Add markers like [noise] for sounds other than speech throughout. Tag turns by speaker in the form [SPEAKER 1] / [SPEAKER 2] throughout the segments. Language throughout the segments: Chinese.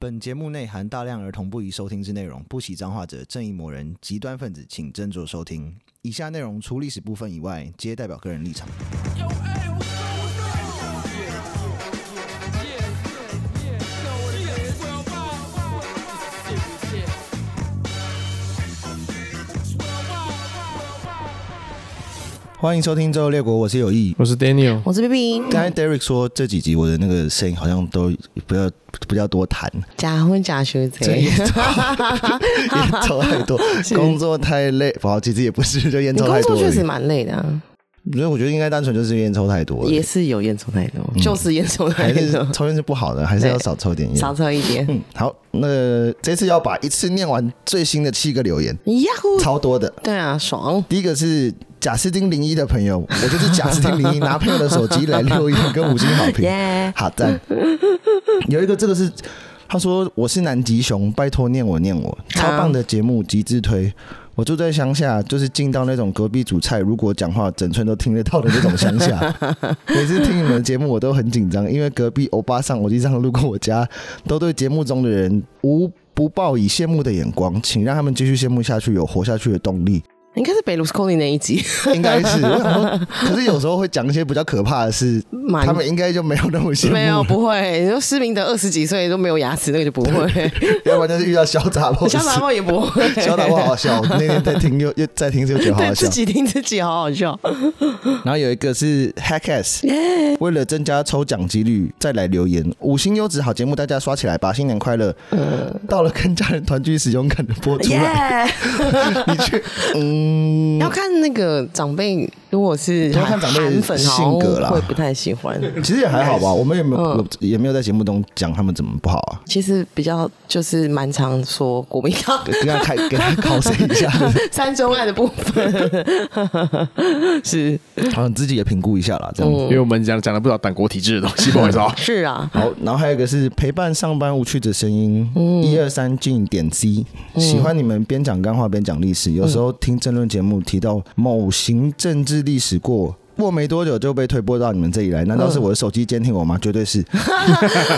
[SPEAKER 1] 本节目内含大量儿童不宜收听之内容，不喜脏话者、正义魔人、极端分子，请斟酌收听。以下内容除历史部分以外，皆代表个人立场。欢迎收听《周游列国》，我是有意。
[SPEAKER 2] 我是 Daniel，
[SPEAKER 3] 我是 B B，
[SPEAKER 1] 刚才 Derek 说这几集我的那个声音好像都不要不要多谈，
[SPEAKER 3] 假婚假学
[SPEAKER 1] 真
[SPEAKER 3] 贼 [laughs]
[SPEAKER 1] 烟，抽 [laughs] 烟抽太多，工作太累，不好，其实也不是，就烟
[SPEAKER 3] 你
[SPEAKER 1] 抽
[SPEAKER 3] 工
[SPEAKER 1] 太
[SPEAKER 3] 作
[SPEAKER 1] 多而
[SPEAKER 3] 确实
[SPEAKER 1] 已。
[SPEAKER 3] 蛮累的、啊，
[SPEAKER 1] 所以我觉得应该单纯就是烟抽太多了，
[SPEAKER 3] 也是有烟抽太多，就是烟抽太
[SPEAKER 1] 嗯还是嗯
[SPEAKER 3] 多，
[SPEAKER 1] 抽烟是不好的，还是要
[SPEAKER 3] [laughs] 对
[SPEAKER 1] 少抽点
[SPEAKER 3] 少
[SPEAKER 1] 烟。
[SPEAKER 3] 抽一点。
[SPEAKER 1] 嗯，好，那这次要把一次念完最新的七个留言，
[SPEAKER 3] 呀呼，
[SPEAKER 1] 超多的。
[SPEAKER 3] 对啊，爽，
[SPEAKER 1] 第一个是贾斯汀零一的朋友，我就是贾斯汀零
[SPEAKER 3] [laughs]
[SPEAKER 1] 一，拿朋友的手机来留言跟五星好评。
[SPEAKER 3] 耶！
[SPEAKER 1] 好
[SPEAKER 3] [laughs]
[SPEAKER 1] 赞。有一个这个是，他说我是南极熊，拜托念我念我，超棒的节目，极致推。我住在乡下，就是进到那种隔壁煮菜，如果讲话整村都听得到的那种乡
[SPEAKER 3] [laughs]
[SPEAKER 1] 下。每次听你们的节目，我都很紧张，因为隔壁欧巴桑、我地上路过我家，都对节目中的人无不报以羡慕的眼光，请让他们继续羡慕下去，有活下去的动力。
[SPEAKER 3] 应该是北鲁斯科尼那一集，
[SPEAKER 1] 应该
[SPEAKER 3] [laughs]
[SPEAKER 1] 是，我想说，可是有时候会讲一些比较可怕的事，
[SPEAKER 3] 蛮
[SPEAKER 1] 他们应该就没有那么羡慕了。
[SPEAKER 3] 没有不会，你说施明德二十几岁都没有牙齿，那个
[SPEAKER 1] [laughs]
[SPEAKER 3] 就不会，
[SPEAKER 1] 要不然就是遇到小杂货，
[SPEAKER 3] 小傻帽也不会，
[SPEAKER 1] 小杂货好好笑。我那天在听
[SPEAKER 3] [laughs]
[SPEAKER 1] 又又再听就觉得好
[SPEAKER 3] 对
[SPEAKER 1] 好笑
[SPEAKER 3] 自。己听自己好好笑，
[SPEAKER 1] 然后有一个是 Hackass，为了增加抽奖几率，再来留言五星优质好节目，大家刷起来吧！新年快乐！
[SPEAKER 3] 呃
[SPEAKER 1] 到了跟家人团聚时，勇敢的播出
[SPEAKER 3] 耶！
[SPEAKER 1] 来。 [laughs] 你去，嗯，
[SPEAKER 3] 要看那个长辈，如果是
[SPEAKER 1] 要看长辈的
[SPEAKER 3] 韩粉，
[SPEAKER 1] 性
[SPEAKER 3] 好
[SPEAKER 1] 格啦
[SPEAKER 3] 像会不太喜欢。
[SPEAKER 1] 其实也还好吧，我们也没有、
[SPEAKER 3] 嗯
[SPEAKER 1] 也没有在节目中讲他们怎么不好啊，
[SPEAKER 3] 其实比较就是蛮常说国民党
[SPEAKER 1] 对跟他开给他 cos 一
[SPEAKER 3] [laughs]
[SPEAKER 1] 下，
[SPEAKER 3] 三中案的部分 [laughs] 是。
[SPEAKER 1] 好像自己也评估一下啦，这样子。
[SPEAKER 2] 因为我们讲讲了不少党国体制的东 [laughs] 西，不好意思啊
[SPEAKER 3] 是啊，
[SPEAKER 1] 好，然后还有一个是陪伴上班无趣的声音，
[SPEAKER 3] 嗯
[SPEAKER 1] 一二三进点 C，、喜欢你们边讲干话边讲历
[SPEAKER 3] 嗯
[SPEAKER 1] 史，有时候听政论节目提到某行政治历史过。过没多久就被推播到你们这里来，难道是我的手机监听我吗？绝对是。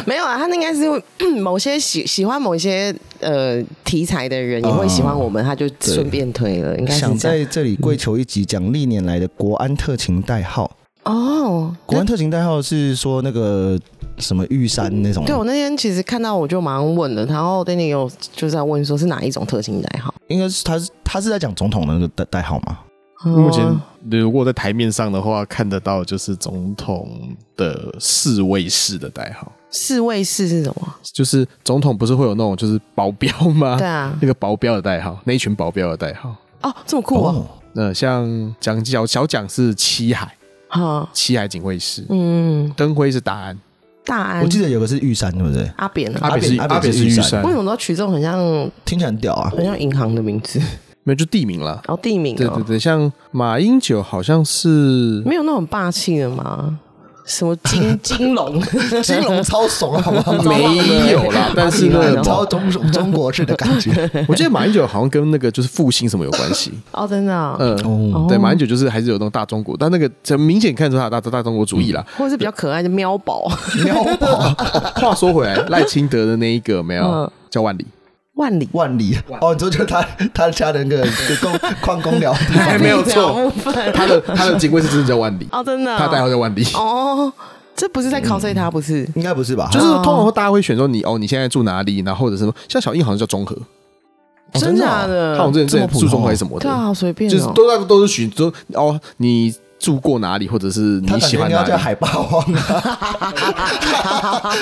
[SPEAKER 3] 没有啊，他那应该是因为 [coughs] 某些喜喜欢某些呃题材的人也会喜欢我们，他就顺便推了，应该
[SPEAKER 1] 想
[SPEAKER 3] 是这样
[SPEAKER 1] 在这里跪求一集讲历年来的国安特勤代号。
[SPEAKER 3] 哦。
[SPEAKER 1] 国安特勤代号是说那个什么玉山那种，
[SPEAKER 3] 对我那天其实看到我就马上问了，然后 Danny 有就是在问说是哪一种特勤代号，
[SPEAKER 1] 应该是他是他是在讲总统的那个代代号吗？
[SPEAKER 2] 目前
[SPEAKER 3] 哦
[SPEAKER 2] 如果在台面上的话，看得到就是总统的侍卫室的代号，
[SPEAKER 3] 侍卫室是什么？
[SPEAKER 2] 就是总统不是会有那种就是保镖吗？
[SPEAKER 3] 对啊
[SPEAKER 2] 那个保镖的代号，那一群保镖的代号。
[SPEAKER 3] 哦，这么酷啊！
[SPEAKER 2] 那像蒋小小蒋是七海，
[SPEAKER 3] 哈，
[SPEAKER 2] 七海警卫室，
[SPEAKER 3] 嗯，
[SPEAKER 2] 灯辉是大安，
[SPEAKER 3] 大
[SPEAKER 1] 我
[SPEAKER 3] 安
[SPEAKER 1] 记得有个是玉山，对不对？
[SPEAKER 3] 阿扁啊，
[SPEAKER 2] 阿北是
[SPEAKER 1] 阿北
[SPEAKER 2] 阿北
[SPEAKER 1] 是
[SPEAKER 2] 是
[SPEAKER 1] 玉
[SPEAKER 2] 玉
[SPEAKER 1] 山
[SPEAKER 2] 山
[SPEAKER 3] 为，什么都取这种很像
[SPEAKER 1] 听起来很屌啊！
[SPEAKER 3] 很像银行的名字，
[SPEAKER 2] 没有就地名啦。
[SPEAKER 3] 然后地名
[SPEAKER 2] 对
[SPEAKER 3] [laughs] 哦
[SPEAKER 2] 对对，像马英九好像是
[SPEAKER 3] 没有那种霸气的吗？什么金 [laughs] 金龙？
[SPEAKER 1] 金融超怂，啊好不好？
[SPEAKER 2] 没
[SPEAKER 1] [laughs]
[SPEAKER 2] 有
[SPEAKER 3] [laughs]
[SPEAKER 2] 啦，但是
[SPEAKER 3] 对
[SPEAKER 2] 呢
[SPEAKER 3] 啊，
[SPEAKER 1] 超中中国式的感觉。
[SPEAKER 2] 我记得马英九好像跟那个就是复兴什么有关 [laughs] 系，
[SPEAKER 3] 哦，真的啊、
[SPEAKER 2] 嗯，
[SPEAKER 1] 哦，
[SPEAKER 2] 对，马英九就是还是有那种大中国，但那个这明显看出他有大大中国主义啦。
[SPEAKER 3] 或者是比较可爱的喵宝
[SPEAKER 1] [laughs] 喵宝
[SPEAKER 2] 话说回来，赖清德的那一个有没有
[SPEAKER 3] 嗯
[SPEAKER 2] 叫万里，
[SPEAKER 3] 万里。
[SPEAKER 1] 万里哦，你说就他他家的那个公矿工寮，
[SPEAKER 3] [laughs]
[SPEAKER 2] 哎没有错
[SPEAKER 3] 部分
[SPEAKER 2] 他的他的警卫是真的叫万
[SPEAKER 1] 嗯
[SPEAKER 2] 里，
[SPEAKER 3] 哦，真的啊、
[SPEAKER 2] 他代号叫万里。
[SPEAKER 3] 哦，这不是在 cos 他，不是
[SPEAKER 1] 应该不是吧？
[SPEAKER 2] [laughs] 就是通常会大家会选说你哦，你现在住哪里，然后或者什么，像小英好像叫中和，
[SPEAKER 1] 哦
[SPEAKER 3] 真
[SPEAKER 1] 真的啊
[SPEAKER 3] 假的？
[SPEAKER 2] 他好像之前之
[SPEAKER 1] 这么
[SPEAKER 2] 前
[SPEAKER 1] 普
[SPEAKER 2] 住中
[SPEAKER 1] 通哦
[SPEAKER 2] 和还是什么
[SPEAKER 3] 对啊，
[SPEAKER 2] 的，
[SPEAKER 3] 好随便、哦，
[SPEAKER 2] 就是都在都是选说哦，你住过哪里，或者是
[SPEAKER 1] 他感
[SPEAKER 2] 你喜
[SPEAKER 1] 觉
[SPEAKER 2] 欢
[SPEAKER 1] 你
[SPEAKER 2] 哪
[SPEAKER 1] 要叫
[SPEAKER 2] 里。
[SPEAKER 1] 海 [laughs] 霸王啊，
[SPEAKER 3] 阿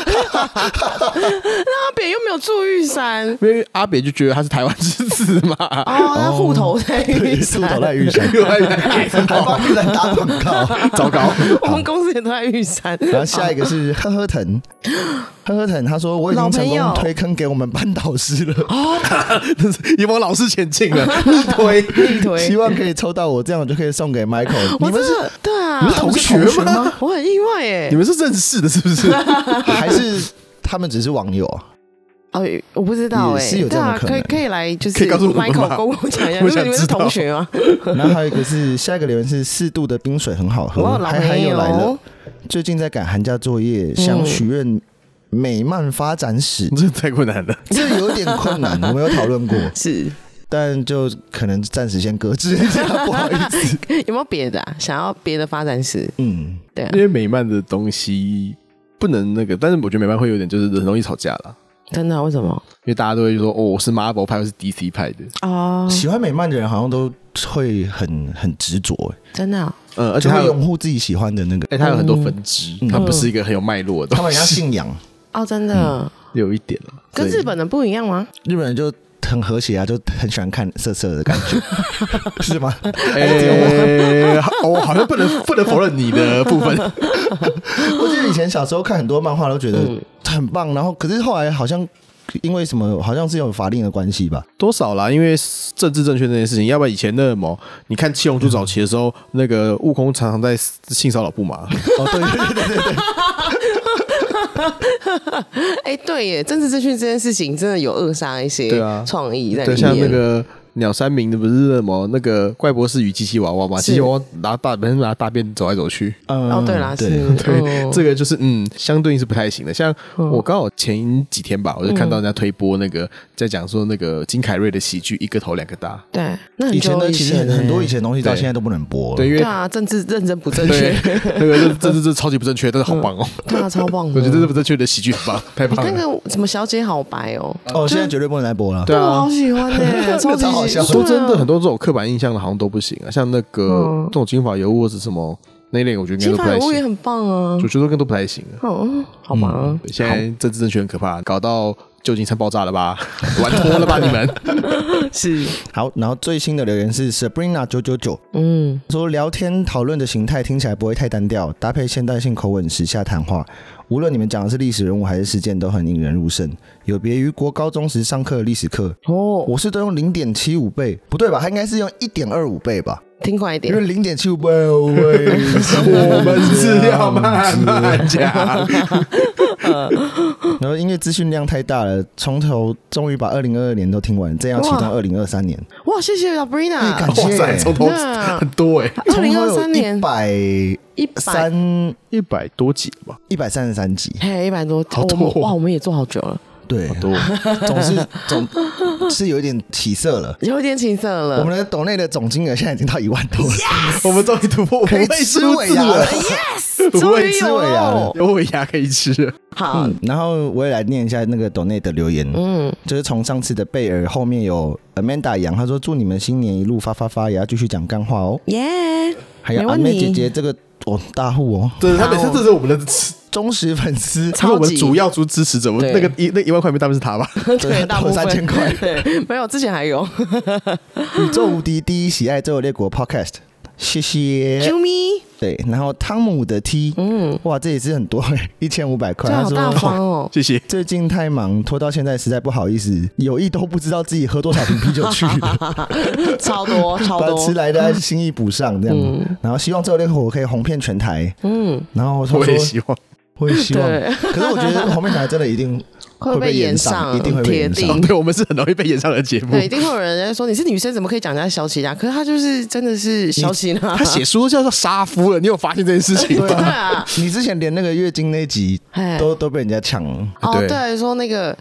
[SPEAKER 3] 北又没有住玉山。
[SPEAKER 2] 因为阿北就觉得他是台湾之子嘛，
[SPEAKER 1] 啊
[SPEAKER 2] [laughs]
[SPEAKER 3] 哦，他户头在玉
[SPEAKER 1] 树头
[SPEAKER 3] 山，
[SPEAKER 1] 赖玉山，
[SPEAKER 2] 又在那
[SPEAKER 1] 海霸王在打广告。
[SPEAKER 2] 糟 [laughs] 糕，
[SPEAKER 3] [laughs] 我们公司也都在玉山。
[SPEAKER 1] 然后下一个是呵呵腾，呵呵腾，他说我已经成功推坑给我们班导师了，
[SPEAKER 2] 这是以往老师前
[SPEAKER 1] [laughs]
[SPEAKER 2] 进了，逆推。
[SPEAKER 3] 力推
[SPEAKER 1] 希，望可以抽到我，这样我就可以送给 Michael。你
[SPEAKER 3] 我
[SPEAKER 1] 们
[SPEAKER 3] 真
[SPEAKER 1] 是
[SPEAKER 3] 的啊对啊，
[SPEAKER 1] 你们同学
[SPEAKER 2] 同学
[SPEAKER 1] 吗？
[SPEAKER 3] 我很意外耶
[SPEAKER 2] 你。们是认识的，是不
[SPEAKER 3] [laughs]
[SPEAKER 2] 是？
[SPEAKER 1] 还是他们只是网友啊？
[SPEAKER 3] 哦，我不知道
[SPEAKER 1] 也
[SPEAKER 3] 哎、
[SPEAKER 1] 是有这
[SPEAKER 3] 对
[SPEAKER 1] 样的
[SPEAKER 3] 啊，
[SPEAKER 1] 可
[SPEAKER 3] 可以
[SPEAKER 1] 能
[SPEAKER 3] 可以来就是
[SPEAKER 2] 可以告诉我们
[SPEAKER 3] Michael
[SPEAKER 2] 吗
[SPEAKER 3] 跟我
[SPEAKER 2] [laughs]
[SPEAKER 3] 讲一
[SPEAKER 2] 我
[SPEAKER 3] 下，因为
[SPEAKER 2] 想
[SPEAKER 3] 你们是
[SPEAKER 2] 知道，
[SPEAKER 3] 同学吗？
[SPEAKER 1] [laughs] 然后还有一个是下一个留言是四度的冰水很好喝，
[SPEAKER 3] 我老哦
[SPEAKER 1] 还还
[SPEAKER 3] 朋
[SPEAKER 1] 又来了
[SPEAKER 3] 友。，
[SPEAKER 1] 最近在赶寒假作业，想许愿美漫发展史
[SPEAKER 2] 这太困难了。
[SPEAKER 1] 这有点困
[SPEAKER 2] [laughs]
[SPEAKER 1] 难，我没有讨论过，
[SPEAKER 3] 是 [laughs]
[SPEAKER 1] 但就可能暂时先搁置一下，不好意
[SPEAKER 2] [laughs]
[SPEAKER 1] 思。
[SPEAKER 3] 有没有别的啊？想要别的发展史？
[SPEAKER 1] 嗯，
[SPEAKER 3] 对啊
[SPEAKER 2] 因，为美漫的东西不能那个，但是我觉得美漫会有点就是很容易吵架啦，
[SPEAKER 3] 真的啊、为什么？
[SPEAKER 2] 因为大家都会说哦，我是 Marvel 派，我是 DC 派的，嗯
[SPEAKER 3] 哦，
[SPEAKER 1] 喜欢美漫的人好像都会很很执着、
[SPEAKER 3] [laughs] 真的啊、
[SPEAKER 2] 嗯，而
[SPEAKER 1] 而
[SPEAKER 2] 且
[SPEAKER 1] 且
[SPEAKER 2] 它
[SPEAKER 1] 会
[SPEAKER 2] 有
[SPEAKER 1] 拥护自己喜欢的那个，
[SPEAKER 2] 哎、它有很多分支，它不是一个很有脉络的
[SPEAKER 1] 他
[SPEAKER 2] 东
[SPEAKER 1] 们
[SPEAKER 2] 西，
[SPEAKER 1] 要信仰。
[SPEAKER 3] 哦，真的，
[SPEAKER 2] [laughs] 有一点啦
[SPEAKER 3] 跟
[SPEAKER 2] 嗯对
[SPEAKER 3] 日本的不一样吗？ [laughs]
[SPEAKER 1] 日本人就很和谐啊，就很喜欢看色色的感觉，
[SPEAKER 2] [laughs]
[SPEAKER 1] 是吗？
[SPEAKER 2] 哎、 [laughs] 我好像不能不能否认你的部
[SPEAKER 3] [laughs]
[SPEAKER 2] 分，
[SPEAKER 1] 我记得以前小时候看很多漫画都觉得很棒，然后可是后来好像因为什么，好像是有法令的关系吧？
[SPEAKER 2] 多少啦？因为政治正确这件事情，要不然以前那么，你看七龙珠早期的时候，那个悟空常常在性骚扰布马，
[SPEAKER 1] 哦，对对对对对，
[SPEAKER 3] 哎、对耶，政治资讯这件事情真的有扼杀一些
[SPEAKER 2] 对啊
[SPEAKER 3] 创意在里
[SPEAKER 2] 对，
[SPEAKER 3] 面。
[SPEAKER 2] 像那个鸟山明的不是什么那个怪博士与机器娃娃嘛，
[SPEAKER 3] 是
[SPEAKER 2] 机器娃娃拿大本拿大便走来走去。
[SPEAKER 1] 嗯
[SPEAKER 3] 哦，对啦，是
[SPEAKER 2] 对， [laughs]
[SPEAKER 3] 嗯
[SPEAKER 2] 这个就是嗯，相对应是不太行的。像
[SPEAKER 3] 哦
[SPEAKER 2] 我刚好前几天吧，我就看到人家推播那个在讲说那个金凯瑞的喜剧《一个头两个大
[SPEAKER 3] 对，那很
[SPEAKER 1] 以前
[SPEAKER 3] 久欸
[SPEAKER 1] 的其实很
[SPEAKER 3] 耶
[SPEAKER 1] 很多以前的东西到
[SPEAKER 2] 对
[SPEAKER 1] 现在都不能播》，了。
[SPEAKER 2] 对，因
[SPEAKER 3] 对
[SPEAKER 2] 为
[SPEAKER 3] 啊，政治认真不正
[SPEAKER 2] 对
[SPEAKER 3] [laughs] 确，
[SPEAKER 2] 那个这这这这超级不正
[SPEAKER 3] 嗯
[SPEAKER 2] 确，但是好棒哦，
[SPEAKER 3] 对啊，超棒
[SPEAKER 2] 我
[SPEAKER 3] 的
[SPEAKER 2] 觉得。这不正确的喜剧很棒，太棒
[SPEAKER 3] 嗯那
[SPEAKER 2] 了。
[SPEAKER 3] 个什么小姐好白哦，
[SPEAKER 1] 哦，现在绝对不能来播了。
[SPEAKER 2] 对
[SPEAKER 3] 我
[SPEAKER 2] 啊
[SPEAKER 3] 好，喜欢呢，
[SPEAKER 1] [laughs]
[SPEAKER 3] 超级啊
[SPEAKER 1] 超好笑
[SPEAKER 2] 说真的，很
[SPEAKER 3] 多
[SPEAKER 2] 多这种刻板印象的好像都不行啊，像那个这种金发尤物或是什么那一类，我觉得应
[SPEAKER 3] 嗯金
[SPEAKER 2] 该都不
[SPEAKER 3] 发
[SPEAKER 2] 太
[SPEAKER 3] 人物也
[SPEAKER 2] 行，
[SPEAKER 3] 很棒啊
[SPEAKER 2] 我，觉得都都不太行啊。
[SPEAKER 3] 哦，好吧，
[SPEAKER 2] 对现在政治正确很可怕，搞到旧金山爆炸了吧？玩脱了吧你们？
[SPEAKER 1] 嗯
[SPEAKER 3] 是，
[SPEAKER 1] 好，然后最新的留言是 Sabrina 九九九
[SPEAKER 3] 嗯，
[SPEAKER 1] 说，聊天讨论的形态听起来不会太单调，搭配现代性口吻时下谈话，无论你们讲的是历史人物还是事件，都很引人入胜，有别于国高中时上课的历史课。
[SPEAKER 3] 哦，
[SPEAKER 1] 我是都用零点七五倍，不对吧？他应该是用一点二五倍吧？
[SPEAKER 3] 听快一
[SPEAKER 1] 因
[SPEAKER 3] 点
[SPEAKER 1] 为，零点七五倍，我
[SPEAKER 2] [laughs] 我们是要慢慢讲。
[SPEAKER 1] 然后因为资讯量太大了，从头终于把二零二二年都听完，正要启动二零二三年。
[SPEAKER 3] 哇，谢谢
[SPEAKER 1] 哎感
[SPEAKER 3] Sabrina，
[SPEAKER 1] 谢
[SPEAKER 2] 哇塞，从头
[SPEAKER 3] 那
[SPEAKER 2] 很多哎，
[SPEAKER 3] 二零二三年
[SPEAKER 1] 一百
[SPEAKER 3] 一百，
[SPEAKER 1] 三
[SPEAKER 2] 一百多集了吧？
[SPEAKER 1] 一百三十三集，
[SPEAKER 3] 嘿，一百多，
[SPEAKER 2] 好
[SPEAKER 3] 我
[SPEAKER 2] 多
[SPEAKER 3] 们
[SPEAKER 2] 哦
[SPEAKER 3] 哇，我们也做好久了，
[SPEAKER 1] 对，
[SPEAKER 2] 多
[SPEAKER 1] 总是 [laughs] 总是有一点起色了。
[SPEAKER 3] 有点青涩了
[SPEAKER 1] 我，们的董内的总金额现在已经到一万多了，
[SPEAKER 2] [laughs] 我们终于突破五
[SPEAKER 1] 可以
[SPEAKER 2] 位
[SPEAKER 1] 吃
[SPEAKER 2] 数
[SPEAKER 1] 尾啊
[SPEAKER 2] 字
[SPEAKER 1] 牙了
[SPEAKER 2] 了。。
[SPEAKER 3] 终
[SPEAKER 1] 我也
[SPEAKER 3] 于
[SPEAKER 1] 吃
[SPEAKER 3] 有
[SPEAKER 1] 尾牙了
[SPEAKER 3] 了，
[SPEAKER 2] [laughs] 有尾牙可以吃了，
[SPEAKER 3] 好，
[SPEAKER 1] 嗯， [laughs] 然后我也来念一下那个董内的留言。
[SPEAKER 3] 嗯，
[SPEAKER 1] 就是从上次的贝尔后面有 Amanda 杨，他说祝你们新年一路发发发，也要继续讲干话哦。
[SPEAKER 3] 耶，
[SPEAKER 1] 还有
[SPEAKER 3] 没
[SPEAKER 1] 阿
[SPEAKER 3] 问
[SPEAKER 1] 妹
[SPEAKER 3] 题
[SPEAKER 1] 姐姐这个哦大户哦，
[SPEAKER 2] 对，他每次这是我们的，
[SPEAKER 1] 忠实粉
[SPEAKER 3] [laughs]
[SPEAKER 1] 丝，
[SPEAKER 2] 他是我
[SPEAKER 3] 超
[SPEAKER 2] 们
[SPEAKER 3] 级
[SPEAKER 2] 主要主支持者。我
[SPEAKER 3] 对
[SPEAKER 2] 那个一那一万块没大部分是他吧？
[SPEAKER 3] 对，大部分
[SPEAKER 1] 三千块
[SPEAKER 3] [laughs] 对，没有，之前还有，
[SPEAKER 1] 宇宙无敌第一喜爱周游列国 Podcast，谢谢。
[SPEAKER 3] 啾咪，
[SPEAKER 1] 对，然后汤姆的 T，
[SPEAKER 3] 嗯，
[SPEAKER 1] 哇，这也是很多 [laughs] 一千五百块，
[SPEAKER 3] 这
[SPEAKER 1] 他
[SPEAKER 3] 好大
[SPEAKER 1] 说。
[SPEAKER 3] 方哦，
[SPEAKER 2] 谢谢。
[SPEAKER 1] [laughs] 最近太忙，拖到现在实在不好意思，有意都不知道自己喝多少瓶啤
[SPEAKER 3] [laughs]
[SPEAKER 1] 酒去了，
[SPEAKER 3] 超多超
[SPEAKER 1] 把
[SPEAKER 3] 多
[SPEAKER 1] 迟，来的心意补上这样。然后希望周游列国可以红遍全台。
[SPEAKER 3] 嗯，
[SPEAKER 1] 然后他说
[SPEAKER 2] 我也希望，
[SPEAKER 1] 会希望，
[SPEAKER 3] 对
[SPEAKER 1] 可是我觉得红面台真的一定
[SPEAKER 3] 会
[SPEAKER 1] 被
[SPEAKER 3] 被
[SPEAKER 1] 延
[SPEAKER 3] 延
[SPEAKER 1] 上，
[SPEAKER 3] 上
[SPEAKER 1] 一定会被
[SPEAKER 3] 铁
[SPEAKER 1] 延
[SPEAKER 3] 定
[SPEAKER 1] 上。
[SPEAKER 2] 哦对我们是很容易被演上的
[SPEAKER 1] 嗯
[SPEAKER 2] 节目
[SPEAKER 3] 对，。一定会有人在说你是女生怎么可以讲人家小气啊？可是他就是真的是小气呢，
[SPEAKER 2] 他写书都叫做杀夫了，你有发现这件事情
[SPEAKER 3] [laughs] 对
[SPEAKER 2] 吗？
[SPEAKER 3] 啊，
[SPEAKER 1] 你之前连那个月经那集
[SPEAKER 3] 哎， [laughs]
[SPEAKER 1] 都都被人家抢
[SPEAKER 3] 哦
[SPEAKER 2] 对
[SPEAKER 3] 对，说那个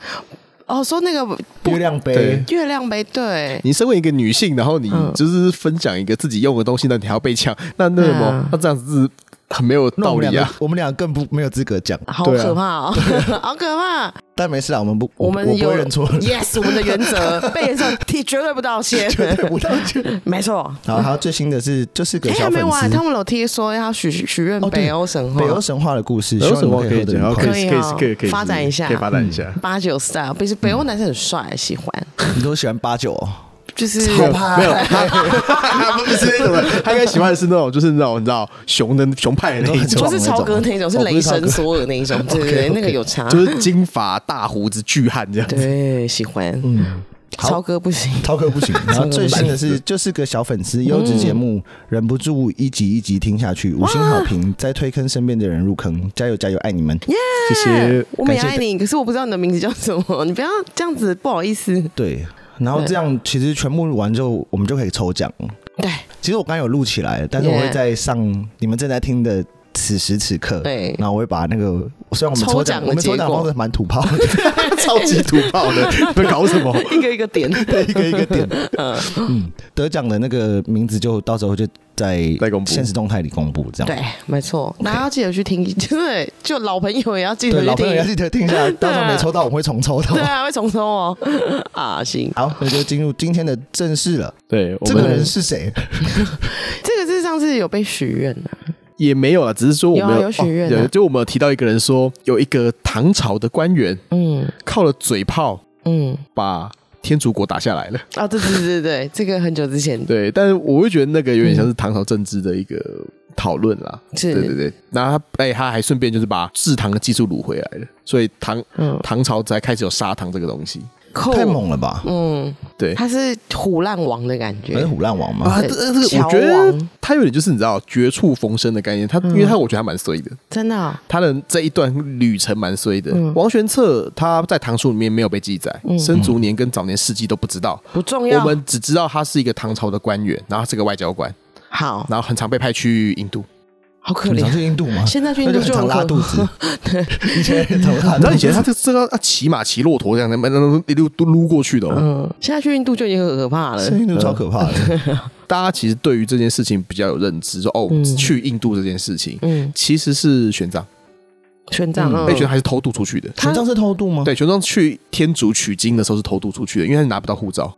[SPEAKER 3] 哦说那个
[SPEAKER 1] 月亮杯
[SPEAKER 2] 对，
[SPEAKER 3] 月亮杯，对，
[SPEAKER 2] 你身为一个女性，然后你
[SPEAKER 3] 嗯
[SPEAKER 2] 就是分享一个自己用的东西，那你还要被呛，那那什
[SPEAKER 3] 对
[SPEAKER 2] 么
[SPEAKER 3] 啊，
[SPEAKER 2] 那这样子很没有
[SPEAKER 1] 那
[SPEAKER 2] 道
[SPEAKER 1] 我们
[SPEAKER 2] 理
[SPEAKER 1] 两
[SPEAKER 2] 啊
[SPEAKER 1] 个。我们俩更不没有资格讲，
[SPEAKER 3] 好
[SPEAKER 2] 对啊
[SPEAKER 3] 可怕哦，好可怕！
[SPEAKER 1] 但没事啦，我们不
[SPEAKER 3] 我
[SPEAKER 1] 我
[SPEAKER 3] 们
[SPEAKER 1] 不
[SPEAKER 3] 有
[SPEAKER 1] 会认错，
[SPEAKER 3] [laughs] ，yes，我们的原则被延上，替绝对不道歉，
[SPEAKER 1] 绝对不道歉。
[SPEAKER 3] 没错。
[SPEAKER 1] 然后还有最新的是，就是个
[SPEAKER 3] 哎，
[SPEAKER 1] 小
[SPEAKER 3] 还没
[SPEAKER 1] 粉
[SPEAKER 3] 完，
[SPEAKER 1] 丝
[SPEAKER 3] 他们有贴说要许许愿
[SPEAKER 1] 哦对
[SPEAKER 3] 北欧神话
[SPEAKER 1] 北，欧神话的故事，希
[SPEAKER 2] 有
[SPEAKER 1] 望
[SPEAKER 2] 什
[SPEAKER 1] 你
[SPEAKER 2] 么
[SPEAKER 1] 们可以喝得
[SPEAKER 2] 讲？
[SPEAKER 1] 很
[SPEAKER 2] 可
[SPEAKER 1] 快。
[SPEAKER 2] 以，可
[SPEAKER 3] 可以
[SPEAKER 2] 以
[SPEAKER 3] 哦，
[SPEAKER 2] 可以，可以
[SPEAKER 3] 发展一下
[SPEAKER 2] 可以发展一下。
[SPEAKER 3] 八九 style，毕竟北欧男生很帅，喜欢，
[SPEAKER 1] 你都喜欢八九哦，
[SPEAKER 3] 就是
[SPEAKER 1] 超怕
[SPEAKER 2] 没有，他嗯 [laughs] 不是那种，他应该喜欢的是那种，就是那种你知道熊的熊派的那一种，
[SPEAKER 3] 不是超哥那种，是
[SPEAKER 1] 哦不
[SPEAKER 3] 雷
[SPEAKER 1] 是超哥哦
[SPEAKER 3] 神索尔那一种，对
[SPEAKER 1] [laughs]
[SPEAKER 3] 对对，那个有差，
[SPEAKER 2] 就是金发大胡子巨汉这样子。
[SPEAKER 3] 啊对，喜欢，嗯，
[SPEAKER 1] 好
[SPEAKER 3] 超哥不 [laughs] 行，
[SPEAKER 1] 涛哥 [laughs] 不行。然后最新的是，就是个小粉丝，优质节
[SPEAKER 3] 嗯
[SPEAKER 1] 目，忍不住一集一集听下去，五星好评，再推坑身边的人入坑，加油加油，爱你们！
[SPEAKER 2] 谢谢，
[SPEAKER 3] 我们也
[SPEAKER 2] 感
[SPEAKER 3] 爱
[SPEAKER 2] 谢
[SPEAKER 3] 你，可是我不知道你的名字叫什么，你不要这样子，不好意思，
[SPEAKER 1] 对，然后这样其实全部录完之后，我们就可以抽奖。
[SPEAKER 3] 对，
[SPEAKER 1] 其实我刚刚有录起来，但是我会
[SPEAKER 3] 耶
[SPEAKER 1] 在上你们正在听的此时此刻，
[SPEAKER 3] 对
[SPEAKER 1] 然后我会把那个，虽然我们
[SPEAKER 3] 抽
[SPEAKER 1] 抽
[SPEAKER 3] 奖
[SPEAKER 1] 奖，
[SPEAKER 3] 的
[SPEAKER 1] 我们抽
[SPEAKER 3] 结
[SPEAKER 1] 奖
[SPEAKER 3] 果
[SPEAKER 1] 方式蛮土炮的， [laughs]
[SPEAKER 2] 超级土炮的，你们搞什么？
[SPEAKER 3] [laughs] 一个一个 [laughs] 点，
[SPEAKER 1] 对，一个一个点，嗯，得奖的那个名字就到时候就在
[SPEAKER 2] 再公布
[SPEAKER 1] 现实动态里公布，这样
[SPEAKER 3] 对，没错，大家要记得去听， [laughs] 对，就老朋友也要记得
[SPEAKER 1] 对，
[SPEAKER 3] 去
[SPEAKER 1] 老朋友要记
[SPEAKER 3] 听，
[SPEAKER 1] 得听
[SPEAKER 3] [laughs]
[SPEAKER 1] 一下，到时候没抽到我们会重抽
[SPEAKER 3] 啊对
[SPEAKER 1] 的。
[SPEAKER 3] 啊，会重抽哦。 [laughs] 啊，行，
[SPEAKER 1] 好，那就进入今天的正式了。
[SPEAKER 2] 对，我
[SPEAKER 1] 这个人
[SPEAKER 2] 们
[SPEAKER 1] 是谁？
[SPEAKER 3] 这个是上次有被许愿的，
[SPEAKER 2] 也没有了，只是说我
[SPEAKER 3] 有啊
[SPEAKER 2] 们
[SPEAKER 3] 有许愿啊
[SPEAKER 2] 哦有就我们有提到一个人说，有一个唐朝的官员
[SPEAKER 3] 嗯
[SPEAKER 2] 靠了嘴炮
[SPEAKER 3] 嗯，
[SPEAKER 2] 把天竺国打下来了。
[SPEAKER 3] 啊，对对对对对，这个很久之前
[SPEAKER 2] 对，但是我会觉得那个有点像是唐朝政治的一个讨论啦。
[SPEAKER 3] 是
[SPEAKER 2] 对对对，然后他哎，他还顺便就是把制糖的技术掳回来了，所以唐
[SPEAKER 3] 嗯
[SPEAKER 2] 唐朝才开始有砂糖这个东西。
[SPEAKER 3] 扣
[SPEAKER 1] 太猛了吧！
[SPEAKER 3] 嗯，
[SPEAKER 2] 对
[SPEAKER 3] 他是虎烂王的感
[SPEAKER 1] 还是
[SPEAKER 3] 觉，
[SPEAKER 1] 虎烂王吗？
[SPEAKER 2] 啊，
[SPEAKER 3] 哦对
[SPEAKER 2] 这这个
[SPEAKER 3] 乔
[SPEAKER 2] 我觉得
[SPEAKER 3] 王
[SPEAKER 2] 他有点就是你知道绝处逢生的概念，他
[SPEAKER 3] 嗯
[SPEAKER 2] 因为他我觉得他蛮衰的，
[SPEAKER 3] 真的啊，
[SPEAKER 2] 他的这一段旅程蛮衰的。
[SPEAKER 3] 嗯
[SPEAKER 2] 王玄策他在唐书里面没有被记载，
[SPEAKER 3] 嗯啊
[SPEAKER 2] 生卒年跟早年事迹都不知道，
[SPEAKER 3] 不重
[SPEAKER 2] 我
[SPEAKER 3] 要。
[SPEAKER 2] 们只知道他是一个唐朝的官员，然后他是个外交官，
[SPEAKER 3] 好，
[SPEAKER 2] 然后很常被派去印度。
[SPEAKER 3] 好可
[SPEAKER 1] 你常
[SPEAKER 3] 怜。
[SPEAKER 1] 去印度
[SPEAKER 3] [laughs]
[SPEAKER 1] 吗？
[SPEAKER 3] 现在去印
[SPEAKER 1] 那
[SPEAKER 3] 度
[SPEAKER 1] 就很常
[SPEAKER 3] 很
[SPEAKER 1] 拉
[SPEAKER 3] 可
[SPEAKER 1] 肚
[SPEAKER 3] [laughs]
[SPEAKER 1] 子，以前很常拉
[SPEAKER 2] 你知道
[SPEAKER 1] 肚
[SPEAKER 2] 以前
[SPEAKER 1] 子
[SPEAKER 2] 他。这这个骑马骑骆驼这样的，那那一路都撸过去的、哦。
[SPEAKER 3] 嗯，现在去印度就已经很可怕
[SPEAKER 2] 呃
[SPEAKER 3] 了。
[SPEAKER 1] 印度超可怕的，
[SPEAKER 2] 大家其实对于这件事情比较有认知，说哦，
[SPEAKER 3] 嗯
[SPEAKER 2] 去印度这件事情
[SPEAKER 3] 嗯，
[SPEAKER 2] 其实是玄奘，
[SPEAKER 1] 嗯
[SPEAKER 3] 玄奘，
[SPEAKER 2] 哎、玄奘
[SPEAKER 3] 嗯，
[SPEAKER 2] 还是偷渡出去的。
[SPEAKER 1] 他这是偷渡吗？
[SPEAKER 2] 对，玄奘去天竺取经的时候是偷渡出去的，因为他拿不到护照。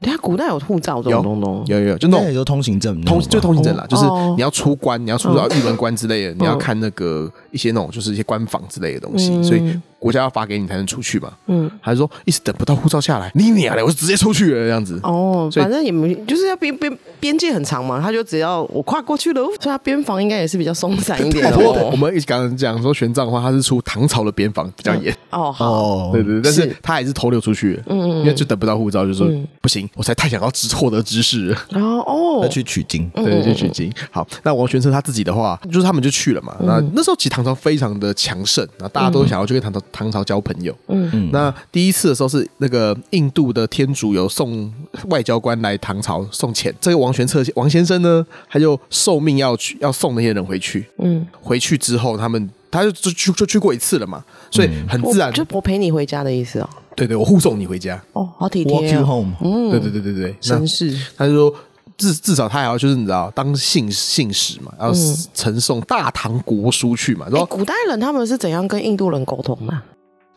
[SPEAKER 3] 他古代有护照这
[SPEAKER 2] 有
[SPEAKER 3] 种东东，
[SPEAKER 2] 有有有，就那
[SPEAKER 1] 那
[SPEAKER 2] 种
[SPEAKER 1] 也就通行证那种
[SPEAKER 2] 通
[SPEAKER 1] 吧，
[SPEAKER 2] 就通行证啦，就是
[SPEAKER 3] 哦
[SPEAKER 2] 你要出关，你要出到玉门关之类的，你要
[SPEAKER 3] 嗯
[SPEAKER 2] 看那个一些那种就是一些官房之类的东西，
[SPEAKER 3] 嗯
[SPEAKER 2] 所以国家要发给你才能出去嘛。
[SPEAKER 3] 嗯，
[SPEAKER 2] 还是说一直等不到护照下来，你娘嘞，我就直接出去了这样子。
[SPEAKER 3] 哦，
[SPEAKER 2] 所以
[SPEAKER 3] 反正也没，就是要边边边界很长嘛，他就只要我跨过去了，所以他边防应该也是比较松散一点的
[SPEAKER 2] 哎 [laughs] 不过我
[SPEAKER 3] 哦。
[SPEAKER 2] 们一直刚刚讲说玄奘的话，他是出唐朝的边防比较严，
[SPEAKER 3] 哦，好，
[SPEAKER 1] 哦，
[SPEAKER 2] 对对对，但
[SPEAKER 3] 是
[SPEAKER 2] 是他还是偷溜出去了，
[SPEAKER 3] 嗯
[SPEAKER 2] 因为就等不到护照，就说
[SPEAKER 3] 嗯
[SPEAKER 2] 不行，我才太想要知获得知识了。
[SPEAKER 3] 然后哦
[SPEAKER 1] 要，去取经，
[SPEAKER 3] 嗯
[SPEAKER 2] 对，去取经。好，那王玄策他自己的话，就是他们就去了嘛。
[SPEAKER 3] 嗯
[SPEAKER 2] 那那时候其实唐朝非常的强盛，然后大家都想要去跟唐朝唐朝交朋友。
[SPEAKER 3] 嗯
[SPEAKER 1] 嗯
[SPEAKER 2] 那第一次的时候是那个印度的天竺有送外交官来唐朝送钱，这个王玄策王先生呢，他就受命要去要送那些人回去。
[SPEAKER 3] 嗯，
[SPEAKER 2] 回去之后，他们他就就去就去过一次了嘛，所以很
[SPEAKER 3] 我
[SPEAKER 2] 自然，
[SPEAKER 3] 哦就我陪你回家的意思哦。
[SPEAKER 2] 对对，我护送你回家。
[SPEAKER 3] 哦，好体
[SPEAKER 1] walk
[SPEAKER 3] 贴
[SPEAKER 1] you
[SPEAKER 3] 哦，
[SPEAKER 1] home，
[SPEAKER 3] 嗯，
[SPEAKER 2] 对对对对对，那
[SPEAKER 3] 绅士，
[SPEAKER 2] 他就说。至至少他还要就是你知道当信信使嘛，然后呈送大唐国书去嘛，然
[SPEAKER 3] 嗯哎，
[SPEAKER 2] 后
[SPEAKER 3] 古代人他们是怎样跟印度人沟通
[SPEAKER 2] [laughs]
[SPEAKER 3] 的啊？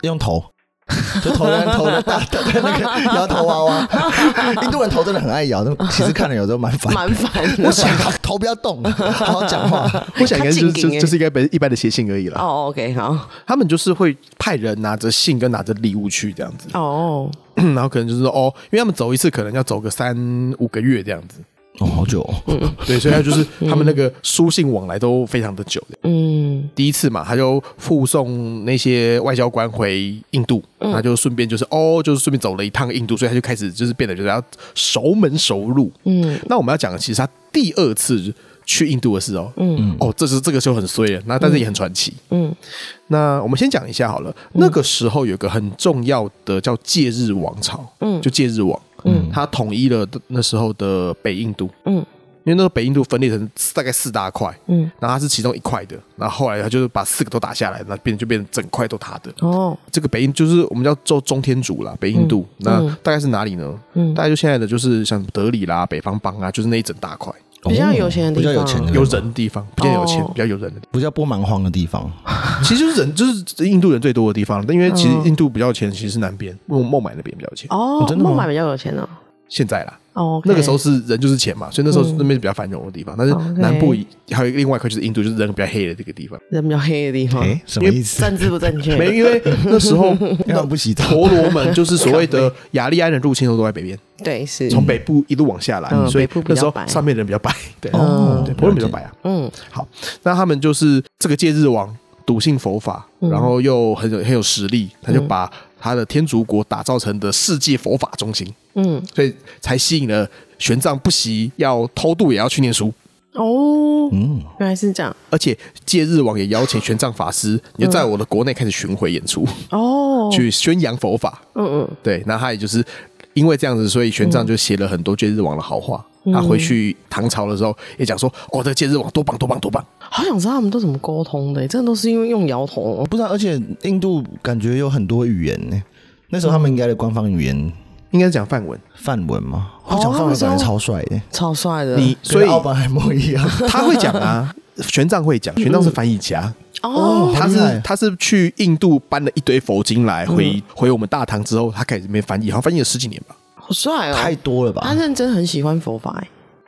[SPEAKER 1] 用头，就头人头的大大的那个摇头娃娃，
[SPEAKER 3] [laughs]
[SPEAKER 1] 印度人头真的很爱摇，但其实看了有时候蛮烦。
[SPEAKER 3] 蛮烦
[SPEAKER 1] 我
[SPEAKER 3] 的。
[SPEAKER 1] 想头不要动，好好讲
[SPEAKER 2] [laughs]
[SPEAKER 1] 话。
[SPEAKER 2] 我想应该就是
[SPEAKER 3] 他进京
[SPEAKER 2] 就
[SPEAKER 3] 欸
[SPEAKER 2] 就是一个本一般的写信而已啦。
[SPEAKER 3] [laughs] 哦，OK，好，
[SPEAKER 2] 他们就是会派人拿着信跟拿着礼物去这样子， [clears throat]
[SPEAKER 3] 哦，
[SPEAKER 2] 然后可能就是说哦，因为他们走一次可能要走个三五个月这样子，
[SPEAKER 1] 哦，好久哦，
[SPEAKER 3] 嗯
[SPEAKER 2] 对，所以他就是
[SPEAKER 3] [laughs]
[SPEAKER 2] 他们那个书信往来都非常的久。
[SPEAKER 3] 嗯，
[SPEAKER 2] 第一次嘛，他就护送那些外交官回印度，
[SPEAKER 3] 嗯
[SPEAKER 2] 他就顺便就是哦，就是顺便走了一趟印度，所以他就开始就是变得就是要熟门熟路。
[SPEAKER 3] 嗯，
[SPEAKER 2] 那我们要讲的其实他第二次去印度的事哦，嗯，哦，这是这个就很衰了，那但是也很传奇。
[SPEAKER 3] 嗯，
[SPEAKER 2] 那我们先讲一下好了，那个时候有个很重要的叫戒日王朝，
[SPEAKER 3] 嗯
[SPEAKER 2] 就戒日王，
[SPEAKER 3] 嗯，
[SPEAKER 2] 他统一了那时候的北印度，
[SPEAKER 3] 嗯。
[SPEAKER 2] 因为那个北印度分裂成大概四大块，
[SPEAKER 3] 嗯
[SPEAKER 2] 嗯，然后他是其中一块的，然后后来他就是把四个都打下来，那变就变成整块都他的。
[SPEAKER 3] 哦，
[SPEAKER 2] 这个北印就是我们叫中中天竺啦，北印度，那大概是哪里呢？
[SPEAKER 3] 嗯
[SPEAKER 2] 大概就现在的就是像德里啦、北方邦啊，就是那一整大块
[SPEAKER 3] 比较有钱的地
[SPEAKER 1] 比
[SPEAKER 3] 方
[SPEAKER 1] 较有钱的地方，
[SPEAKER 2] 哦有人的地方，比较有钱、
[SPEAKER 3] 嗯哦
[SPEAKER 2] 比较有人的地
[SPEAKER 1] 比较不蛮荒的地方。
[SPEAKER 2] 方，其实就是人就是印度人最多的地方，但因为其实印度比较有钱，其实是南边孟孟买那边比较有钱。
[SPEAKER 3] 嗯哦，
[SPEAKER 1] 真的吗
[SPEAKER 3] 孟买比较有钱哦。
[SPEAKER 2] 现在啦，
[SPEAKER 3] 哦，
[SPEAKER 2] 那个时候是人就是钱嘛，所以那时候那边是比较繁荣的地方，但是
[SPEAKER 3] 嗯 OK
[SPEAKER 2] 南部还有另外一块就是印度，就是人比较黑的这个地方。
[SPEAKER 3] 人比较黑的地方，
[SPEAKER 1] 哎，什么意思？
[SPEAKER 3] 政治不正确，
[SPEAKER 2] [laughs] 没，因为那时候
[SPEAKER 1] [laughs] 要不洗澡？
[SPEAKER 2] 婆罗门就是所
[SPEAKER 1] [laughs]
[SPEAKER 2] 谓的雅利安人入侵的时候都在北边，
[SPEAKER 3] 对，是，
[SPEAKER 2] 从北部一路往下来，
[SPEAKER 3] 嗯
[SPEAKER 2] 所以
[SPEAKER 3] 北部比较
[SPEAKER 2] 那时候
[SPEAKER 3] 白
[SPEAKER 2] 上面人比较白，对，
[SPEAKER 1] 哦
[SPEAKER 2] 对，婆罗门比较白啊。
[SPEAKER 3] 嗯
[SPEAKER 2] 好，那他们就是这个戒日王笃信佛法，
[SPEAKER 3] 嗯
[SPEAKER 2] 然后又很有很有实力，他就把他的天竺国打造成的世界佛法中心，
[SPEAKER 3] 嗯，
[SPEAKER 2] 所以才吸引了玄奘不惜要偷渡也要去念书。
[SPEAKER 3] 哦，
[SPEAKER 1] 嗯，
[SPEAKER 3] 原来是这样，
[SPEAKER 2] 而且戒日王也邀请玄奘法师，也在我的国内开始巡回演出，
[SPEAKER 3] 哦，
[SPEAKER 2] 去宣扬佛法。
[SPEAKER 3] 嗯嗯，
[SPEAKER 2] 对，那他也就是因为这样子，所以玄奘就写嗯了很多戒日王的好话。他回去唐朝的时候也讲说：“哦，这个戒日王多棒多棒多棒！”
[SPEAKER 3] 好想知道他们都怎么沟通的、欸真的都是因为用摇头哦
[SPEAKER 1] 我。不知道，而且印度感觉有很多语言呢、那时候他们应该的官方语言
[SPEAKER 2] 应该是讲梵文。
[SPEAKER 1] 梵文嘛，
[SPEAKER 3] 哦
[SPEAKER 1] 会讲梵
[SPEAKER 3] 他们
[SPEAKER 1] 文
[SPEAKER 3] 是
[SPEAKER 1] 感觉
[SPEAKER 3] 用
[SPEAKER 1] 超帅的、
[SPEAKER 3] 超帅的，
[SPEAKER 2] 你所以
[SPEAKER 1] 跟奥本海默一 [laughs] 样。
[SPEAKER 2] 他会讲啊，玄奘会讲，玄奘是翻译家，
[SPEAKER 3] 哦，
[SPEAKER 2] 他
[SPEAKER 1] 好厉害
[SPEAKER 2] 是他是去印度搬了一堆佛经来回回我们大唐之后，他开始这边翻译，好像翻译了十几年吧。
[SPEAKER 3] 好帅哦，
[SPEAKER 1] 太多了吧？ [laughs]
[SPEAKER 3] 他认真很喜欢佛法、欸，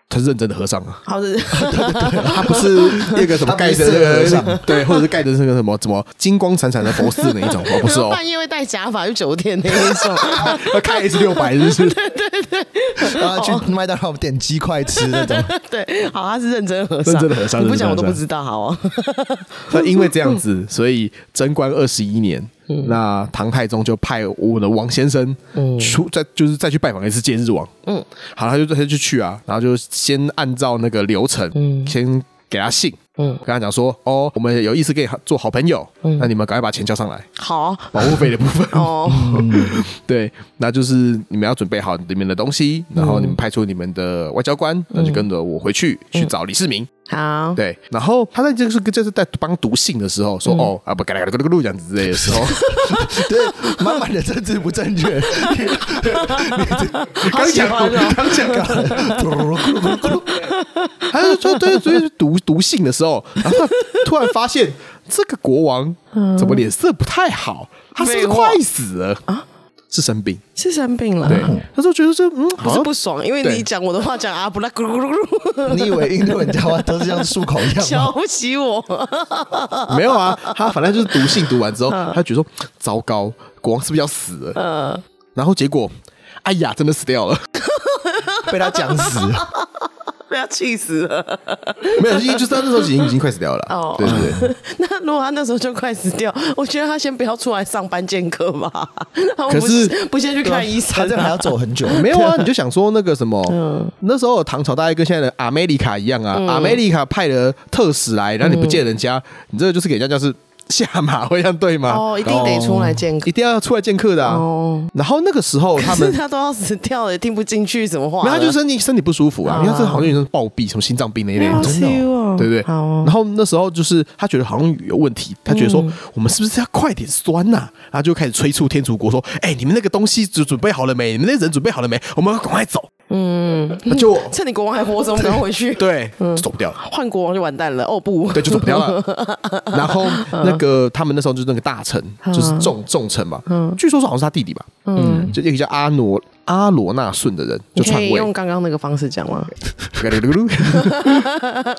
[SPEAKER 2] 他是认真的和尚啊，
[SPEAKER 3] 好的，
[SPEAKER 2] 他不是
[SPEAKER 1] [laughs]
[SPEAKER 2] 那个什
[SPEAKER 1] 他
[SPEAKER 2] 么
[SPEAKER 1] 不
[SPEAKER 2] 盖
[SPEAKER 1] 是哦
[SPEAKER 2] 着那个
[SPEAKER 1] [laughs] 色和尚
[SPEAKER 2] 对，或者是盖着那个什么什么金光闪闪的佛寺那一种， [laughs] 哦，不是哦，
[SPEAKER 3] [laughs] 半夜会戴假发去酒店那一种，
[SPEAKER 2] [laughs] 他开 S 六百是不是？
[SPEAKER 1] 然后去麦当劳点鸡块吃那 [laughs] 种，
[SPEAKER 3] [laughs] 对，好，他是认真和尚，
[SPEAKER 2] 认真的和尚
[SPEAKER 3] 你不讲
[SPEAKER 2] 认真的和尚
[SPEAKER 3] 我都不知道，好哦， [laughs]
[SPEAKER 2] 那因为这样子，所以贞观二十一年，那唐太宗就派我的王先生出再就是再去拜访一次戒日王。嗯，好，他就他就去啊，然后就先按照那个流程，嗯，先给他信，嗯嗯
[SPEAKER 3] 嗯，
[SPEAKER 2] 跟他讲说，哦，我们有意思跟你做好朋友，那你们赶快把钱交上来，
[SPEAKER 3] 好
[SPEAKER 2] 保护费的部分。 [laughs]
[SPEAKER 3] 哦，
[SPEAKER 2] 嗯对，那就是你们要准备好里面的东西，然后你们派出你们的外交官，那就跟着我回去去找李世民。
[SPEAKER 3] 好，
[SPEAKER 2] 对，然后他在就是就是在帮读信的时候说、哦啊不嘎啦嘎啦嘎噜这样子之类的时候，
[SPEAKER 1] 对，满满的政治不正 [laughs] 确。
[SPEAKER 3] 好喜欢哦，
[SPEAKER 1] 刚讲完，咕噜咕噜咕噜咕噜
[SPEAKER 2] 他就说对对对读读信的时候，然后他突然发现这个国王怎么脸色不太好，他是不是
[SPEAKER 3] 废话
[SPEAKER 2] 快死了啊？是生病，
[SPEAKER 3] 是生病了，
[SPEAKER 2] 对，他说觉得这嗯
[SPEAKER 3] 不
[SPEAKER 2] 好
[SPEAKER 3] 是
[SPEAKER 2] 像
[SPEAKER 3] 不爽，因为
[SPEAKER 2] 对
[SPEAKER 3] 你讲我的话讲阿布拉咕噜咕噜咕噜，
[SPEAKER 1] 你以为印度人讲话都是像漱口一
[SPEAKER 3] [laughs]
[SPEAKER 1] 样吗？
[SPEAKER 3] 瞧不
[SPEAKER 2] [laughs]
[SPEAKER 3] 起我，
[SPEAKER 2] 没有啊，他反正就是读信读完之后，他觉得说糟糕，国王是不是要死了？然后结果哎呀，真的死掉了，
[SPEAKER 1] 被他讲死，
[SPEAKER 3] 被他气死了。
[SPEAKER 2] 没有，因为就是他那时候已经已经快死掉了啦，
[SPEAKER 3] 哦
[SPEAKER 2] 对对对。
[SPEAKER 3] [laughs] 那如果他那时候就快死掉，我觉得他先不要出来上班见
[SPEAKER 2] [laughs]
[SPEAKER 3] 客吧，他们
[SPEAKER 2] 可
[SPEAKER 3] 不
[SPEAKER 2] 是
[SPEAKER 3] 不 [laughs] 先去看医
[SPEAKER 1] 他
[SPEAKER 3] 生 [laughs]
[SPEAKER 1] 这样还
[SPEAKER 3] 啊、
[SPEAKER 1] 要走很久。
[SPEAKER 2] 没有啊，你就想说那个什
[SPEAKER 3] [laughs]
[SPEAKER 2] 么，
[SPEAKER 3] 嗯
[SPEAKER 2] 那时候唐朝大概跟现在的 America 一样啊，America 派了特使来，然后你不见人家，你这个就是给人家就是下马威，这样对吗？
[SPEAKER 3] 嗯哦，一定得出来见客哦
[SPEAKER 2] 一。定要出来见客的啊。然后那个时候他
[SPEAKER 3] 可是
[SPEAKER 2] 们，
[SPEAKER 3] 他都要死掉了，也听不进去什么话
[SPEAKER 2] 没
[SPEAKER 3] 了。
[SPEAKER 2] 有他就身体身体不舒服啊，因为他这好像有点暴毙，什么心脏病那一类的，
[SPEAKER 3] 真的哦
[SPEAKER 2] 对不对？
[SPEAKER 3] 好哦
[SPEAKER 2] 然后那时候就是他觉得好像有问题，他觉得说嗯我们是不是要快点酸呐、然后就开始催促天竺国说：“哎，你们那个东西准准备好了没？你们那人准备好了没？我们要赶快走。”嗯，
[SPEAKER 3] [laughs]
[SPEAKER 2] 就
[SPEAKER 3] 趁你国王还活着，我们赶快
[SPEAKER 2] [laughs]
[SPEAKER 3] 回去。
[SPEAKER 2] 对，走不掉了。
[SPEAKER 3] 换国王就完蛋了。哦不，
[SPEAKER 2] 对，就走
[SPEAKER 3] [laughs]
[SPEAKER 2] 不掉了。然后那个他们那时候就是那个大臣，
[SPEAKER 3] 嗯
[SPEAKER 2] 就是重重臣嘛，据说是好像是他弟弟吧，嗯，就一个叫阿罗阿罗那顺的人就
[SPEAKER 3] 你
[SPEAKER 2] 篡
[SPEAKER 3] 可以
[SPEAKER 2] 位，
[SPEAKER 3] 用刚刚那个方式讲吗？ [laughs]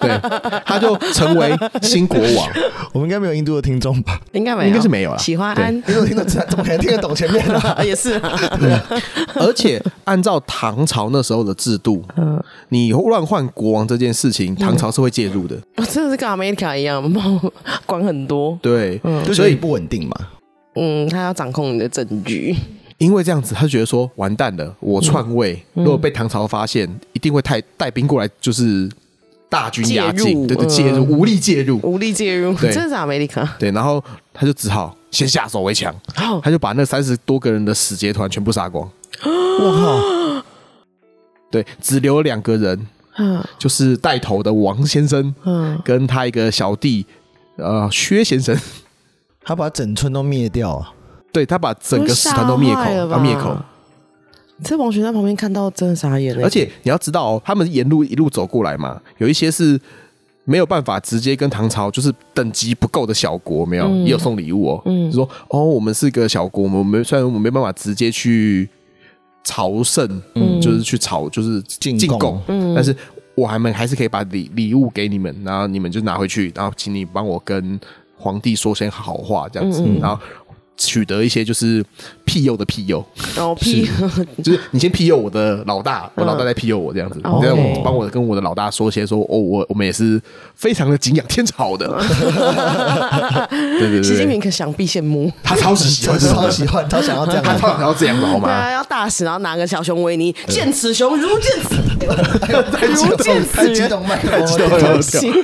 [SPEAKER 2] 对，他就成为新国王。
[SPEAKER 1] 我们应该没有印度的听众 [laughs] 吧？
[SPEAKER 3] 应该没有，
[SPEAKER 2] 应该是没有啦
[SPEAKER 3] 喜欢
[SPEAKER 2] 对
[SPEAKER 3] 安
[SPEAKER 1] 印度的听众怎么可能听得懂前面的？
[SPEAKER 3] [laughs] 啊也是啊，
[SPEAKER 2] 而且按照唐朝那时候的制度，
[SPEAKER 3] 嗯
[SPEAKER 2] 你乱换国王这件事情，唐朝是会介入的。
[SPEAKER 3] 我真的是跟 America 一样，猫管很多。
[SPEAKER 2] 对，
[SPEAKER 1] [laughs] 就所
[SPEAKER 2] 所
[SPEAKER 1] 以
[SPEAKER 2] 以
[SPEAKER 1] 不稳定嘛。
[SPEAKER 3] 嗯，他要掌控你的政局。
[SPEAKER 2] 因为这样子，他就觉得说完蛋了，我篡位，
[SPEAKER 3] 嗯
[SPEAKER 2] 如果被唐朝发现，一定会带带兵过来，就是大军压
[SPEAKER 3] 介
[SPEAKER 2] 境，
[SPEAKER 3] 入
[SPEAKER 2] 对对，
[SPEAKER 3] 嗯
[SPEAKER 2] 介入，无力介入。
[SPEAKER 3] 无力介入，
[SPEAKER 2] 对
[SPEAKER 3] 真的是 America。
[SPEAKER 2] 对，然后他就只好先下手为强，
[SPEAKER 3] 哦
[SPEAKER 2] 他就把那三十多个人的使节团全部杀光，
[SPEAKER 1] 我靠，
[SPEAKER 2] 对，只留两个人，
[SPEAKER 3] 嗯
[SPEAKER 2] 就是带头的王先生
[SPEAKER 3] 嗯，
[SPEAKER 2] 跟他一个小弟，呃，薛先生，
[SPEAKER 1] 他把整村都灭掉 [laughs] 啊！
[SPEAKER 2] 对他把整个使团都灭口，
[SPEAKER 3] 都吓坏了吧
[SPEAKER 2] 啊灭口，
[SPEAKER 3] 这王璇在旁边看到真的傻眼了，
[SPEAKER 2] 而且你要知道哦，他们沿路一路走过来嘛，有一些是没有办法直接跟唐朝就是等级不够的小国，没有、
[SPEAKER 3] 嗯
[SPEAKER 2] 也有送礼物哦，就说哦，我们是个小国，我们没虽然我们没办法直接去朝圣，
[SPEAKER 3] 嗯
[SPEAKER 2] 就是去朝就是
[SPEAKER 1] 进
[SPEAKER 2] 进
[SPEAKER 1] 贡
[SPEAKER 2] 贡，但是。我还们还是可以把礼礼物给你们，然后你们就拿回去，然后请你帮我跟皇帝说声好话，这
[SPEAKER 3] 嗯
[SPEAKER 2] 样子，然后取得一些就是庇佑的庇佑，
[SPEAKER 3] 然后屁，
[SPEAKER 2] 就是你先庇佑我的老大，我老大再庇佑我这样子，
[SPEAKER 3] 哦
[SPEAKER 2] 你再
[SPEAKER 3] OK
[SPEAKER 2] 帮我跟我的老大说些说，哦，我我们也是非常的敬仰天朝
[SPEAKER 3] [laughs]
[SPEAKER 2] 的，对对
[SPEAKER 3] 习近
[SPEAKER 2] 对，
[SPEAKER 3] 平可想必羡慕。
[SPEAKER 2] 他超级喜
[SPEAKER 1] 我
[SPEAKER 2] 欢这
[SPEAKER 1] 超
[SPEAKER 2] 种，
[SPEAKER 1] 喜欢，他想要这样
[SPEAKER 2] 他超
[SPEAKER 1] 啊。
[SPEAKER 2] 想要这样的好
[SPEAKER 3] 对
[SPEAKER 2] 吗
[SPEAKER 3] 啊，？要大使，然后拿个小熊维尼，见此熊如见此， [laughs] [laughs] 如见
[SPEAKER 1] [laughs] 太
[SPEAKER 3] 此
[SPEAKER 1] 激
[SPEAKER 3] 人。
[SPEAKER 1] 动麦克风
[SPEAKER 2] 激动了
[SPEAKER 1] 了，
[SPEAKER 3] 不行，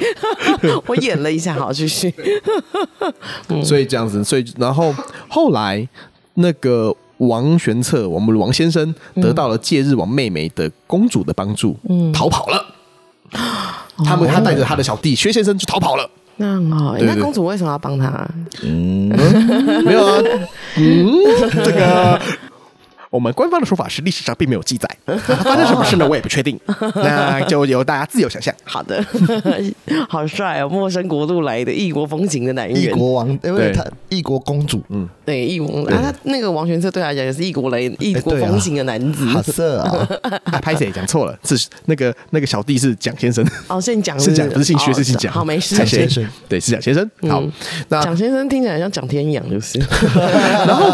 [SPEAKER 3] [laughs] 我演了一下，好，继续。
[SPEAKER 2] 所以这样子，所以然后后来那个王玄策，我们王先
[SPEAKER 3] 嗯
[SPEAKER 2] 生得到了戒日王妹妹的公主的帮助，逃跑了。他们他带着他的小弟薛先生就逃跑了。
[SPEAKER 3] 那很好欸，
[SPEAKER 2] 对对
[SPEAKER 3] 那公主为什么要帮他？
[SPEAKER 1] 嗯，
[SPEAKER 3] 哦
[SPEAKER 2] 没有
[SPEAKER 3] [laughs]
[SPEAKER 2] 啊，嗯，这个我们官方的说法是历史上并没有记载，发生什么事呢？我也不确
[SPEAKER 3] [laughs]
[SPEAKER 2] 定，那就由大家自由想象。
[SPEAKER 3] 好的， [laughs] 好帅哦，陌生国度来的异国风情的男
[SPEAKER 1] 异
[SPEAKER 3] 人，
[SPEAKER 1] 国王，哎，不
[SPEAKER 2] 对嗯
[SPEAKER 1] 是他异国公主，
[SPEAKER 3] 对异国啊，他那个王玄策对他来讲也是异国来异
[SPEAKER 2] 哎
[SPEAKER 3] 国
[SPEAKER 1] 对啊
[SPEAKER 3] 风情的男子。
[SPEAKER 1] 好色
[SPEAKER 2] [laughs]
[SPEAKER 1] 啊！
[SPEAKER 2] 啊，拍谁讲错了？是那个那个小弟是蒋先生，
[SPEAKER 3] 哦，是你讲
[SPEAKER 2] [laughs] 是蒋不是姓薛，
[SPEAKER 3] 哦
[SPEAKER 2] 是姓蒋。
[SPEAKER 3] 好，
[SPEAKER 2] [laughs]
[SPEAKER 3] 没事。嗯
[SPEAKER 2] 蒋
[SPEAKER 1] 谢
[SPEAKER 2] 先
[SPEAKER 1] 谢
[SPEAKER 2] 生，对，是蒋先生。好，那
[SPEAKER 3] 蒋先生听起来像蒋天养，
[SPEAKER 2] [laughs]
[SPEAKER 3] 就是。
[SPEAKER 2] 然后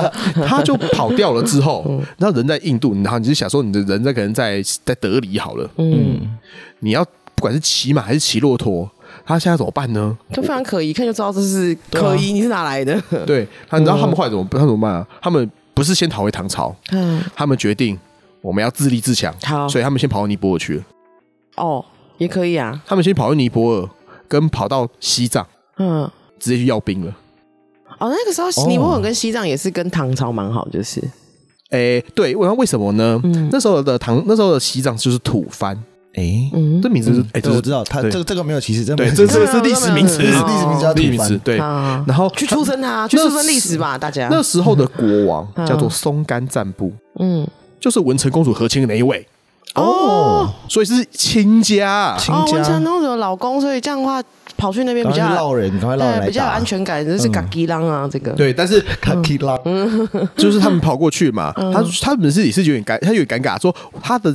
[SPEAKER 2] 他就跑掉了之
[SPEAKER 3] [laughs]
[SPEAKER 2] 后，
[SPEAKER 3] 嗯
[SPEAKER 2] 然后人在印度，然后你就想说你的人在可能在在德里好了，
[SPEAKER 3] 嗯，
[SPEAKER 2] 你要不管是骑马还是骑骆驼，他现在怎么办呢？
[SPEAKER 3] 就非常可疑，一看就知道这是可疑，你是哪来的？
[SPEAKER 2] 对他，你知道他们后来怎么他怎么办啊？他们不是先逃回唐朝，
[SPEAKER 3] 嗯，
[SPEAKER 2] 他们决定我们要自立自强，
[SPEAKER 3] 好
[SPEAKER 2] 所以他们先跑到尼泊尔去了，
[SPEAKER 3] [laughs] 哦，也可以啊，
[SPEAKER 2] 他们先跑到尼泊尔，跟跑到西藏，
[SPEAKER 3] 嗯，
[SPEAKER 2] 直接去要兵了。
[SPEAKER 3] 哦，那个时候尼泊尔跟西藏也是跟唐朝蛮好，就是
[SPEAKER 2] 哎，对，我想为什么呢？
[SPEAKER 3] 嗯
[SPEAKER 2] 那时候的唐，那时候的西藏就是吐蕃，
[SPEAKER 1] 哎，
[SPEAKER 3] 嗯
[SPEAKER 2] 这，名字是
[SPEAKER 1] 对，
[SPEAKER 2] 哎，这
[SPEAKER 1] 我
[SPEAKER 2] 是
[SPEAKER 1] 知道，他
[SPEAKER 2] 对
[SPEAKER 1] 这个这个没有歧视，真的没
[SPEAKER 2] 对，
[SPEAKER 1] 有
[SPEAKER 2] 这
[SPEAKER 1] 歧视
[SPEAKER 2] 这个是历史名词，哦
[SPEAKER 3] 这个
[SPEAKER 1] 历史名字叫
[SPEAKER 2] 历史
[SPEAKER 1] 吐
[SPEAKER 2] 名词，
[SPEAKER 1] 蕃，
[SPEAKER 2] 对。
[SPEAKER 3] 啊
[SPEAKER 2] 然后
[SPEAKER 3] 去出生啊，去出生历史吧，大家。
[SPEAKER 2] 那时候的国王
[SPEAKER 3] 嗯
[SPEAKER 2] 叫做松干赞布，
[SPEAKER 3] 嗯，
[SPEAKER 2] 就是文成公主和亲的那一位，
[SPEAKER 3] 哦
[SPEAKER 2] 所以是亲
[SPEAKER 1] [laughs]
[SPEAKER 2] 家啊。
[SPEAKER 1] 亲
[SPEAKER 3] 哦，文
[SPEAKER 1] 家
[SPEAKER 3] 成，公主有老公，所以这样的话跑去那边比
[SPEAKER 1] 赶快
[SPEAKER 3] 较
[SPEAKER 1] 闹人，赶快闹人
[SPEAKER 3] 对
[SPEAKER 1] 来
[SPEAKER 3] 比较有
[SPEAKER 1] 打
[SPEAKER 3] 安，全嗯感，就是
[SPEAKER 1] 嗯
[SPEAKER 3] 嘎吉浪啊，这个
[SPEAKER 2] 对，
[SPEAKER 1] [laughs]
[SPEAKER 2] 但是
[SPEAKER 1] 卡基拉，
[SPEAKER 2] 就是他们跑过去嘛，他他本身也是有点尴，他有点尴尬，说他的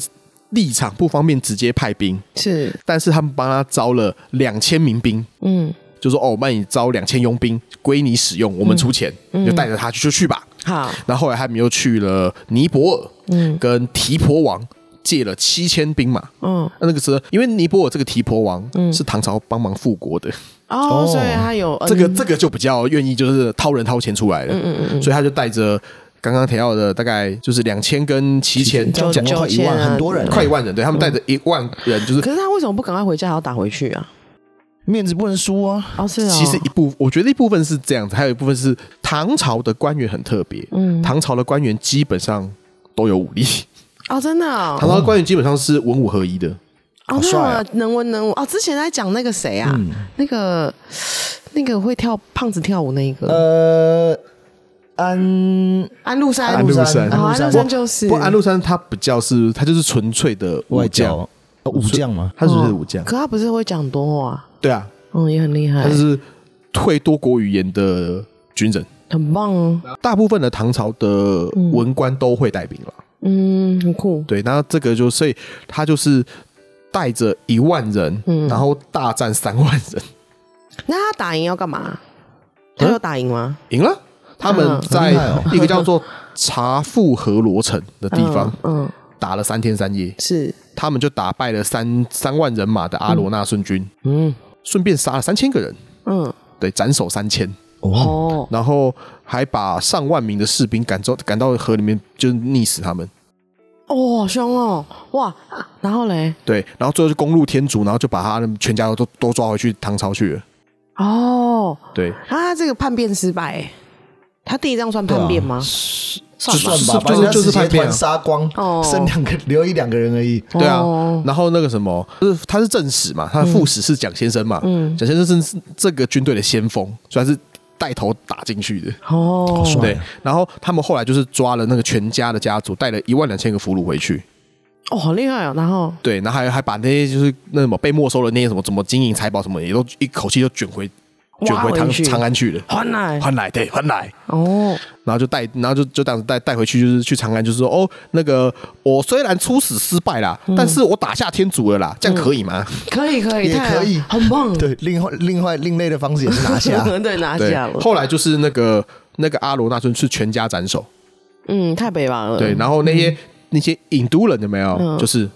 [SPEAKER 2] 立场不方便直接派兵，
[SPEAKER 3] 是
[SPEAKER 2] 但是他们帮他招了两千民兵，
[SPEAKER 3] 嗯
[SPEAKER 2] 就说哦，我帮你招两千佣兵归你使用，我们出钱，就带着他去就去吧。
[SPEAKER 3] 好
[SPEAKER 2] 然后后来他们又去了尼泊尔，
[SPEAKER 3] 嗯
[SPEAKER 2] 跟提婆王借了七千兵马。
[SPEAKER 3] 嗯
[SPEAKER 2] 那那个时候，因为尼泊尔这个提婆王是唐朝帮忙复国的，
[SPEAKER 3] 哦，嗯所以他有嗯
[SPEAKER 2] 这个这个就比较愿意就是掏人掏钱出来了，所以他就带着刚刚提到的大概就是两千跟七千，
[SPEAKER 1] 这样讲快一
[SPEAKER 3] 九千啊
[SPEAKER 1] 万，很多人
[SPEAKER 2] 快一万人，对他们带着一万人，就是
[SPEAKER 3] 可是他为什么不赶快回家，还要打回去啊？
[SPEAKER 1] 面子不能输啊！
[SPEAKER 3] 哦，是哦，
[SPEAKER 2] 其实一部，我觉得一部分是这样子，还有一部分是唐朝的官员很特别，
[SPEAKER 3] 嗯，
[SPEAKER 2] 唐朝的官员基本上都有武力，
[SPEAKER 3] 哦，真的哦，
[SPEAKER 2] 唐朝的官员基本上是文武合一的，
[SPEAKER 3] 哦，
[SPEAKER 1] 帅啊
[SPEAKER 3] 那么能文能武哦，之前在讲那个谁啊，
[SPEAKER 2] 嗯
[SPEAKER 3] 那个那个会跳胖子跳舞那一个、
[SPEAKER 1] 呃，安
[SPEAKER 3] 安禄山，
[SPEAKER 2] 嗯安禄山
[SPEAKER 3] 哦，安禄山
[SPEAKER 1] 就
[SPEAKER 3] 就是
[SPEAKER 2] 不过安禄山他比较是他就是纯粹的武
[SPEAKER 1] 外
[SPEAKER 2] 将，
[SPEAKER 1] 交呃武将嘛，
[SPEAKER 2] 他纯粹的武将，
[SPEAKER 3] 哦可他不是会讲很多话，
[SPEAKER 2] 对啊，
[SPEAKER 3] 嗯，也很厉害
[SPEAKER 2] 他，是会多国语言的军人。
[SPEAKER 3] 很棒哦，
[SPEAKER 2] 大部分的唐朝的文官都会带兵了，
[SPEAKER 3] 嗯，很酷，
[SPEAKER 2] 对，那这个就所以他就是带着一万人，
[SPEAKER 3] 嗯
[SPEAKER 2] 然后大战三万人， [laughs]
[SPEAKER 3] 那他打赢要干嘛？他有打赢吗？
[SPEAKER 2] 赢了。他
[SPEAKER 3] 嗯
[SPEAKER 2] 们在
[SPEAKER 1] 很厉害哦
[SPEAKER 2] 一个叫做查富河罗城的地方
[SPEAKER 3] 嗯，嗯，
[SPEAKER 2] 打了三天三夜，
[SPEAKER 3] 是，
[SPEAKER 2] 他们就打败了三三万人马的阿罗那顺军，
[SPEAKER 3] 嗯
[SPEAKER 2] 顺便杀了三千个人，
[SPEAKER 3] 嗯，
[SPEAKER 2] 对，斩首三千，
[SPEAKER 1] 哦，
[SPEAKER 3] 哦，
[SPEAKER 2] 然后还把上万名的士兵赶走，赶到河里面就是溺死他们。
[SPEAKER 3] 哦，好凶哦，哇，啊然后嘞，
[SPEAKER 2] 对，然后最后就攻入天竺，然后就把他们全家都都抓回去唐朝去了。
[SPEAKER 3] 哦，
[SPEAKER 2] 对，
[SPEAKER 3] 他这个叛变失败欸，他第一张算叛变吗？
[SPEAKER 1] 啊就算
[SPEAKER 2] 是
[SPEAKER 1] 吧，
[SPEAKER 2] 是
[SPEAKER 1] 把人家
[SPEAKER 2] 就是
[SPEAKER 1] 直接
[SPEAKER 2] 叛变啊
[SPEAKER 1] 团杀光
[SPEAKER 3] 哦，
[SPEAKER 1] 剩两个留一两个人而已，
[SPEAKER 2] 对啊
[SPEAKER 3] 哦。
[SPEAKER 2] 然后那个什么，就是他是正史嘛，他的副使是蒋先生嘛，
[SPEAKER 3] 嗯
[SPEAKER 2] 蒋先生是这个军队的先锋，所以他是带头打进去的。
[SPEAKER 3] 哦，
[SPEAKER 1] 帅
[SPEAKER 2] 对，然后他们后来就是抓了那个全家的家族，带了一万两千个俘虏回去。
[SPEAKER 3] 哦，好厉害哦！然后
[SPEAKER 2] 对，然后还还把那些就是那什么被没收的那些什么什么金银财宝什么的，也都一口气就卷回卷
[SPEAKER 3] 挖
[SPEAKER 2] 回
[SPEAKER 3] 回
[SPEAKER 2] 唐
[SPEAKER 3] 去
[SPEAKER 2] 长安去了，
[SPEAKER 3] 还来
[SPEAKER 2] 还来对，还来。
[SPEAKER 3] 哦，
[SPEAKER 2] 然后就带，然后就就这样子带带回去，就是去长安，就是说哦，那个我虽然出使失败啦，
[SPEAKER 3] 嗯
[SPEAKER 2] 但是我打下天竺了啦，这样可以吗？
[SPEAKER 3] 可以可以，
[SPEAKER 1] 也
[SPEAKER 3] 太好
[SPEAKER 1] 可以
[SPEAKER 3] 很棒，，
[SPEAKER 1] 对，另外另外另类的方式也是拿下
[SPEAKER 3] [laughs] 对，拿
[SPEAKER 2] 对
[SPEAKER 3] 下。了。
[SPEAKER 2] 后来就是那个那个阿罗那尊是全家斩首，
[SPEAKER 3] 嗯，太北方了。
[SPEAKER 2] 对，然后那些、那些引都人有没有？
[SPEAKER 3] 嗯
[SPEAKER 2] 就是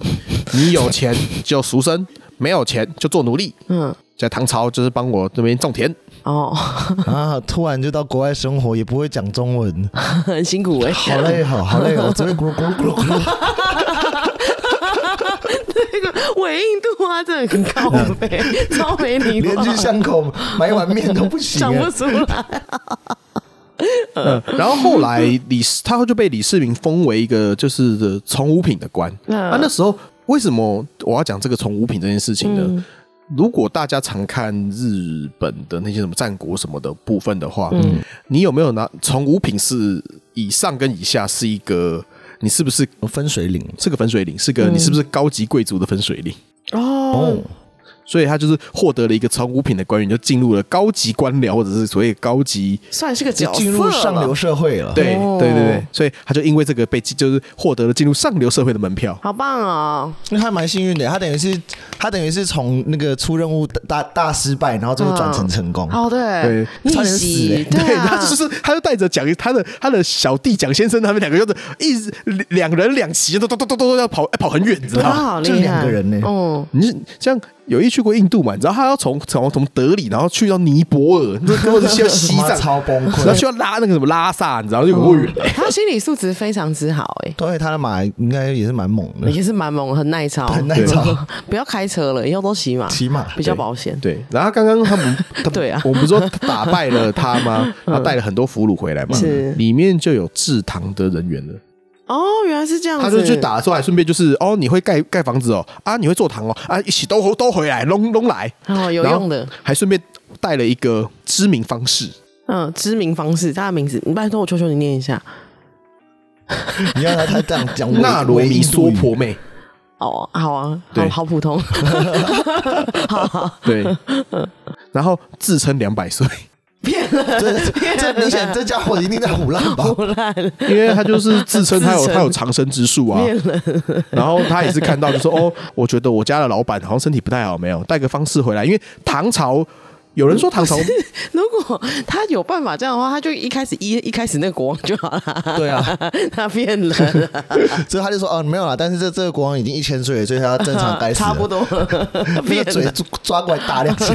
[SPEAKER 2] 你有钱就赎身，没有钱就做奴隶。
[SPEAKER 3] 嗯，
[SPEAKER 2] 在唐朝就是帮我这边种田，
[SPEAKER 3] 哦， [laughs]
[SPEAKER 1] 啊，突然就到国外生活，也不会讲中文，
[SPEAKER 3] 很辛苦哎。
[SPEAKER 1] 好累，好好累哦，我只会咕噜咕噜咕噜咕噜。
[SPEAKER 3] 那个伪印度啊，真的很高北，超没礼
[SPEAKER 1] 嗯连
[SPEAKER 3] 貌，
[SPEAKER 1] 去巷口买碗面都不行
[SPEAKER 3] 讲
[SPEAKER 1] 欸、
[SPEAKER 3] 不出来。
[SPEAKER 2] 嗯，然后后来李世他就被李世民封为一个就是呃从五品的官。
[SPEAKER 3] 嗯
[SPEAKER 1] 嗯
[SPEAKER 2] 啊，那时候为什么我要讲这个从五品这件事情呢？如果大家常看日本的那些什么战国什么的部分的话，嗯，你有没有拿从五品是以上跟以下是一个，你是不是
[SPEAKER 1] 分水岭嗯
[SPEAKER 2] 是个分水岭，是个、你是不是高级贵族的分水岭？
[SPEAKER 3] 哦，
[SPEAKER 1] 哦，
[SPEAKER 2] 所以他就是获得了一个从五品的官员，就进入了高级官僚或者是所谓高级。
[SPEAKER 3] 算是个
[SPEAKER 1] 就
[SPEAKER 3] 角
[SPEAKER 1] 进
[SPEAKER 3] 色
[SPEAKER 1] 入
[SPEAKER 3] 了
[SPEAKER 1] 上流社会了。
[SPEAKER 2] 对
[SPEAKER 3] 哦
[SPEAKER 2] 对对对，所以他就因为这个被记就是获得了进入上流社会的门票。
[SPEAKER 3] 好棒哦！
[SPEAKER 1] 那他蛮幸运的，他等于是他等于是从那个出任务大大大失败，然后最后转成成功。
[SPEAKER 3] 哦，对
[SPEAKER 2] 对，
[SPEAKER 3] 逆
[SPEAKER 1] 差点死
[SPEAKER 3] 袭，
[SPEAKER 1] 欸
[SPEAKER 2] 对，
[SPEAKER 3] 啊，
[SPEAKER 2] 他就是他就带着蒋他的他的小弟蒋先生，他们两个就是一直两人两骑，都都都都都要跑跑很远，你知道
[SPEAKER 3] 哇，
[SPEAKER 2] 吗？
[SPEAKER 3] 好厉
[SPEAKER 1] 就
[SPEAKER 3] 害，
[SPEAKER 1] 两个人呢
[SPEAKER 3] 嗯，
[SPEAKER 2] 你是像有一去过印度嘛？你知道他要从从从德里，然后去到尼泊尔，这根本是需要西
[SPEAKER 1] 妈
[SPEAKER 3] [laughs]
[SPEAKER 2] 藏，
[SPEAKER 1] 超崩
[SPEAKER 2] 然后
[SPEAKER 1] 溃。
[SPEAKER 2] 需要拉那个什么拉萨，你知道就够远了。
[SPEAKER 3] 他心理素质非常之好，哎，
[SPEAKER 1] 对，他的马应该也是蛮猛的，
[SPEAKER 3] [laughs] 也是蛮猛，很耐操，
[SPEAKER 1] 很耐操，
[SPEAKER 3] 不要开车了，以后都骑马，
[SPEAKER 1] 骑马
[SPEAKER 3] 比较保险。
[SPEAKER 2] 对，然后刚刚他们，他们
[SPEAKER 3] 对啊
[SPEAKER 2] 我们不是说打败了他
[SPEAKER 3] [laughs]
[SPEAKER 2] 吗？然后带了很多俘虏回来嘛，
[SPEAKER 3] 是
[SPEAKER 2] 里面就有制糖的人员了。
[SPEAKER 3] 哦，原来是这样子，
[SPEAKER 2] 他就去打的时候还顺便就是哦，你会盖盖房子哦，啊，你会做糖哦，啊，一起都都回来，拢拢来，
[SPEAKER 3] 哦，有
[SPEAKER 2] 然后
[SPEAKER 3] 用的，
[SPEAKER 2] 还顺便带了一个知名方式，
[SPEAKER 3] 嗯，知名方式，他的名字，你拜托我求求你念一下。
[SPEAKER 1] 你让他他这样讲，
[SPEAKER 2] 纳罗米娑 [laughs] 婆妹。
[SPEAKER 3] 哦，好啊，好
[SPEAKER 2] 对
[SPEAKER 3] 好普通，好好
[SPEAKER 2] 对，然后自称两百岁， [laughs]
[SPEAKER 3] 骗了，
[SPEAKER 1] 这这明显这家伙一定在胡乱吧？
[SPEAKER 3] 胡乱
[SPEAKER 2] 因为他就是自称他有
[SPEAKER 3] 自称
[SPEAKER 2] 他有长生之术啊，
[SPEAKER 3] 骗了，
[SPEAKER 2] [laughs] 然后他也是看到就说哦，我觉得我家的老板好像身体不太好，没有带个方式回来，因为唐朝有人说唐
[SPEAKER 3] [laughs]
[SPEAKER 2] 朝
[SPEAKER 3] 如果他有办法这样的话，他就一开始一一开始那个国王就好了。
[SPEAKER 1] 对啊，
[SPEAKER 3] 他骗人了，
[SPEAKER 1] 所以他就说哦没有啦，但是这这个国王已经一千岁了，所以他要正常该死了。
[SPEAKER 3] 差不多了，
[SPEAKER 1] 那
[SPEAKER 3] 骗
[SPEAKER 1] 个嘴
[SPEAKER 3] 人，
[SPEAKER 1] 抓过来打两下，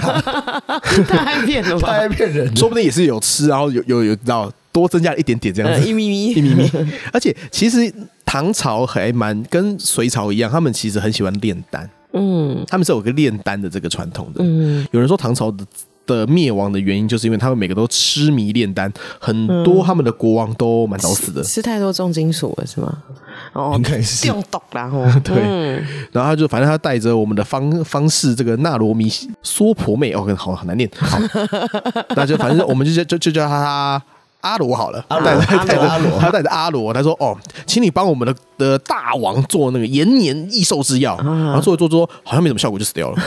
[SPEAKER 3] 太骗了
[SPEAKER 1] 他
[SPEAKER 3] 吧
[SPEAKER 1] 还？骗
[SPEAKER 2] [laughs]
[SPEAKER 1] 人。
[SPEAKER 2] 说不定也是有吃，然后有有有知道多增加了一点点这样
[SPEAKER 3] 呃
[SPEAKER 2] 子，
[SPEAKER 3] 一咪咪，
[SPEAKER 2] 一米米。而且其实唐朝还蛮跟隋朝一样，他们其实很喜欢炼丹，
[SPEAKER 3] 嗯
[SPEAKER 2] 他们是有个炼丹的这个传统的。
[SPEAKER 3] 嗯，
[SPEAKER 2] 有人说唐朝的的灭亡的原因，就是因为他们每个都痴迷炼丹，很
[SPEAKER 3] 嗯
[SPEAKER 2] 多他们的国王都蛮早死的。
[SPEAKER 3] 吃太多重金属了是吗？哦
[SPEAKER 1] 应，该是
[SPEAKER 3] 中毒啦吼。嗯
[SPEAKER 2] 对
[SPEAKER 1] 嗯
[SPEAKER 2] 然后他就反正他带着我们的方方式，这个纳罗米娑婆妹，哦，好好难念，
[SPEAKER 1] [laughs]
[SPEAKER 2] 好，那就反正我们就叫就就叫他阿罗好了，
[SPEAKER 1] 阿罗
[SPEAKER 2] 带着
[SPEAKER 1] 阿罗
[SPEAKER 2] 带着
[SPEAKER 1] 阿罗
[SPEAKER 2] 他带着阿罗，他说哦，请你帮我们的的大王做那个延年益寿之
[SPEAKER 1] 啊
[SPEAKER 2] 药，然后做一做做，好像没什么效果就死
[SPEAKER 1] [laughs]
[SPEAKER 2] 掉了，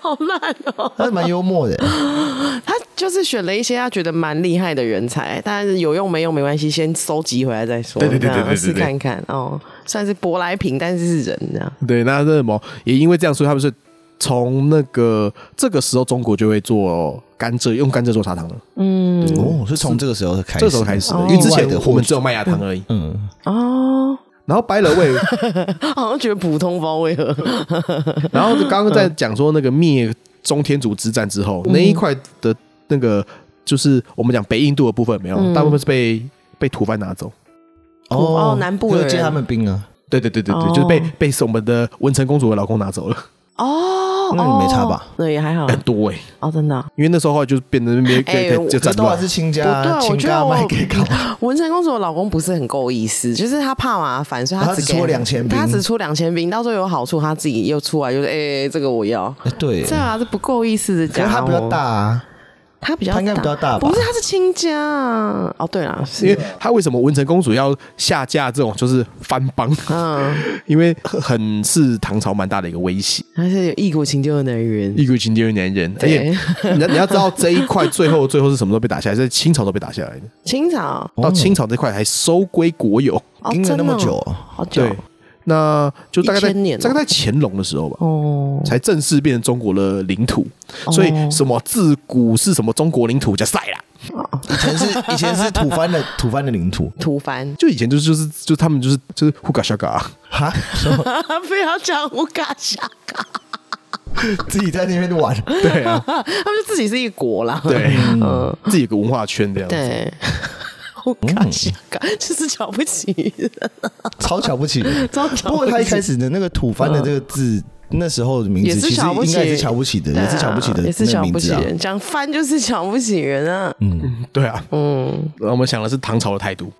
[SPEAKER 3] 好烂哦！
[SPEAKER 1] 他蛮幽默的，
[SPEAKER 3] 他就是选了一些他觉得蛮厉害的人才，但是有用没用没关系，先收集回来再说。
[SPEAKER 2] 对对对对对对
[SPEAKER 3] 这样试
[SPEAKER 2] 对
[SPEAKER 3] 看看哦，算是舶来品，但是是人这样。
[SPEAKER 2] 对，那那什么也因为这样，所以他们是从那个这个时候中国就会做甘蔗，用甘蔗做砂糖了，
[SPEAKER 3] 嗯，
[SPEAKER 1] 哦，是从这个时候开始，
[SPEAKER 2] 这时候开始的，
[SPEAKER 3] 哦
[SPEAKER 2] 因为之前
[SPEAKER 1] 意外地
[SPEAKER 2] 我
[SPEAKER 1] 获
[SPEAKER 2] 们
[SPEAKER 1] 取
[SPEAKER 2] 只有麦芽糖而已，
[SPEAKER 1] 嗯，
[SPEAKER 3] 哦，
[SPEAKER 2] 然后白了味。
[SPEAKER 3] 好像觉得普通包为何？
[SPEAKER 2] 然后刚刚在讲说那个灭中天竺之战之后，那一块的那个就是我们讲北印度的部分没有，大部分是被被吐蕃拿走。
[SPEAKER 3] 哦南部的
[SPEAKER 1] 就
[SPEAKER 3] 人
[SPEAKER 1] 是接他们兵啊，
[SPEAKER 2] 对对对对对，
[SPEAKER 3] 哦
[SPEAKER 2] 就是被被是我们的文成公主的老公拿走了
[SPEAKER 3] 哦，
[SPEAKER 1] 那你没差
[SPEAKER 3] 哦
[SPEAKER 1] 吧？
[SPEAKER 3] 那也还好
[SPEAKER 2] 很多哎、
[SPEAKER 3] 哦，真的啊。
[SPEAKER 2] 因为那时候后来就变成没
[SPEAKER 3] 哎
[SPEAKER 2] 给给
[SPEAKER 3] 我
[SPEAKER 2] 就
[SPEAKER 1] 这
[SPEAKER 2] 战啊
[SPEAKER 1] 都还
[SPEAKER 2] 乱。
[SPEAKER 1] 是亲
[SPEAKER 3] 不对
[SPEAKER 1] 家，
[SPEAKER 3] 我
[SPEAKER 1] 亲
[SPEAKER 3] 觉得
[SPEAKER 1] 家
[SPEAKER 3] 我
[SPEAKER 1] 卖给搞。
[SPEAKER 3] 文成公主的老公不是很够意思，就是她怕麻烦，所以她
[SPEAKER 1] 她只
[SPEAKER 3] 给
[SPEAKER 1] 出2000兵
[SPEAKER 3] 她只出两千兵，到时候有好处，她自己又出来就是，哎、这个我要，
[SPEAKER 1] 哎 [laughs] 对，
[SPEAKER 3] 这啊，这不够意思的
[SPEAKER 1] 可
[SPEAKER 3] 家
[SPEAKER 1] 是他
[SPEAKER 3] 伙。
[SPEAKER 1] 比较大，啊，
[SPEAKER 3] 她比较
[SPEAKER 1] 他应该比较大吧
[SPEAKER 3] 不是，她是亲家啊哦，对
[SPEAKER 1] [laughs]
[SPEAKER 3] 啦，
[SPEAKER 2] 因
[SPEAKER 3] 是
[SPEAKER 2] 为他为什么文成公主要下嫁这种就是藩邦？
[SPEAKER 3] 嗯，
[SPEAKER 2] 因为很是唐朝蛮大的一个威胁，
[SPEAKER 3] 她是有一股情调的男人，
[SPEAKER 2] 一股情敌的男人。而
[SPEAKER 1] 哎
[SPEAKER 2] 且 [laughs]
[SPEAKER 3] 对
[SPEAKER 2] 你要你要知道这一块最后最后是什么时候被打下来？是清朝都被打下来的，
[SPEAKER 3] 清朝
[SPEAKER 2] 到清朝这块还收归国有。
[SPEAKER 3] 哦，
[SPEAKER 1] 盯了
[SPEAKER 3] 真的
[SPEAKER 1] 那么
[SPEAKER 3] 哦
[SPEAKER 1] 久，
[SPEAKER 3] 好久
[SPEAKER 2] 对，那就大概在
[SPEAKER 3] 1000年哦
[SPEAKER 2] 大概在乾隆的时候吧，
[SPEAKER 3] 哦，
[SPEAKER 2] 才正式变成中国的领土。所以什么自古是什么中国领土叫塞啦，
[SPEAKER 1] 以前是 [laughs] 以前是土蕃的土蕃的领土
[SPEAKER 3] 吐蕃
[SPEAKER 2] 就以前就是就是就他们就是就是呼嘎啊小嘎，
[SPEAKER 1] 哈，什么
[SPEAKER 3] [laughs] 不要讲乌嘎夏嘎，
[SPEAKER 1] [laughs] 自己在那边
[SPEAKER 3] [laughs]
[SPEAKER 1] 玩，
[SPEAKER 2] 对啊，
[SPEAKER 3] 他们就自己是一国啦，
[SPEAKER 2] 对，自己有个文化圈这样子。
[SPEAKER 3] 嗯对。
[SPEAKER 1] 嗯
[SPEAKER 3] 乌嘎夏嘎，就是瞧不起人，
[SPEAKER 1] 超瞧不起的。
[SPEAKER 3] 超瞧
[SPEAKER 1] 不过他一开
[SPEAKER 3] 起
[SPEAKER 1] 始的那个土蕃的这个字，那时候的名
[SPEAKER 3] 也
[SPEAKER 1] 字
[SPEAKER 3] 是
[SPEAKER 1] 其实
[SPEAKER 3] 瞧不
[SPEAKER 1] 应
[SPEAKER 3] 起，
[SPEAKER 1] 该也是瞧不起的，
[SPEAKER 3] 对啊
[SPEAKER 1] 也是瞧不起的
[SPEAKER 3] 也是
[SPEAKER 1] 那
[SPEAKER 3] 瞧
[SPEAKER 1] 个名
[SPEAKER 3] 不起
[SPEAKER 1] 字啊。
[SPEAKER 3] 人。讲翻就是瞧不起人啊，
[SPEAKER 2] 对啊，
[SPEAKER 3] 嗯
[SPEAKER 2] 我们想的是唐朝的态度，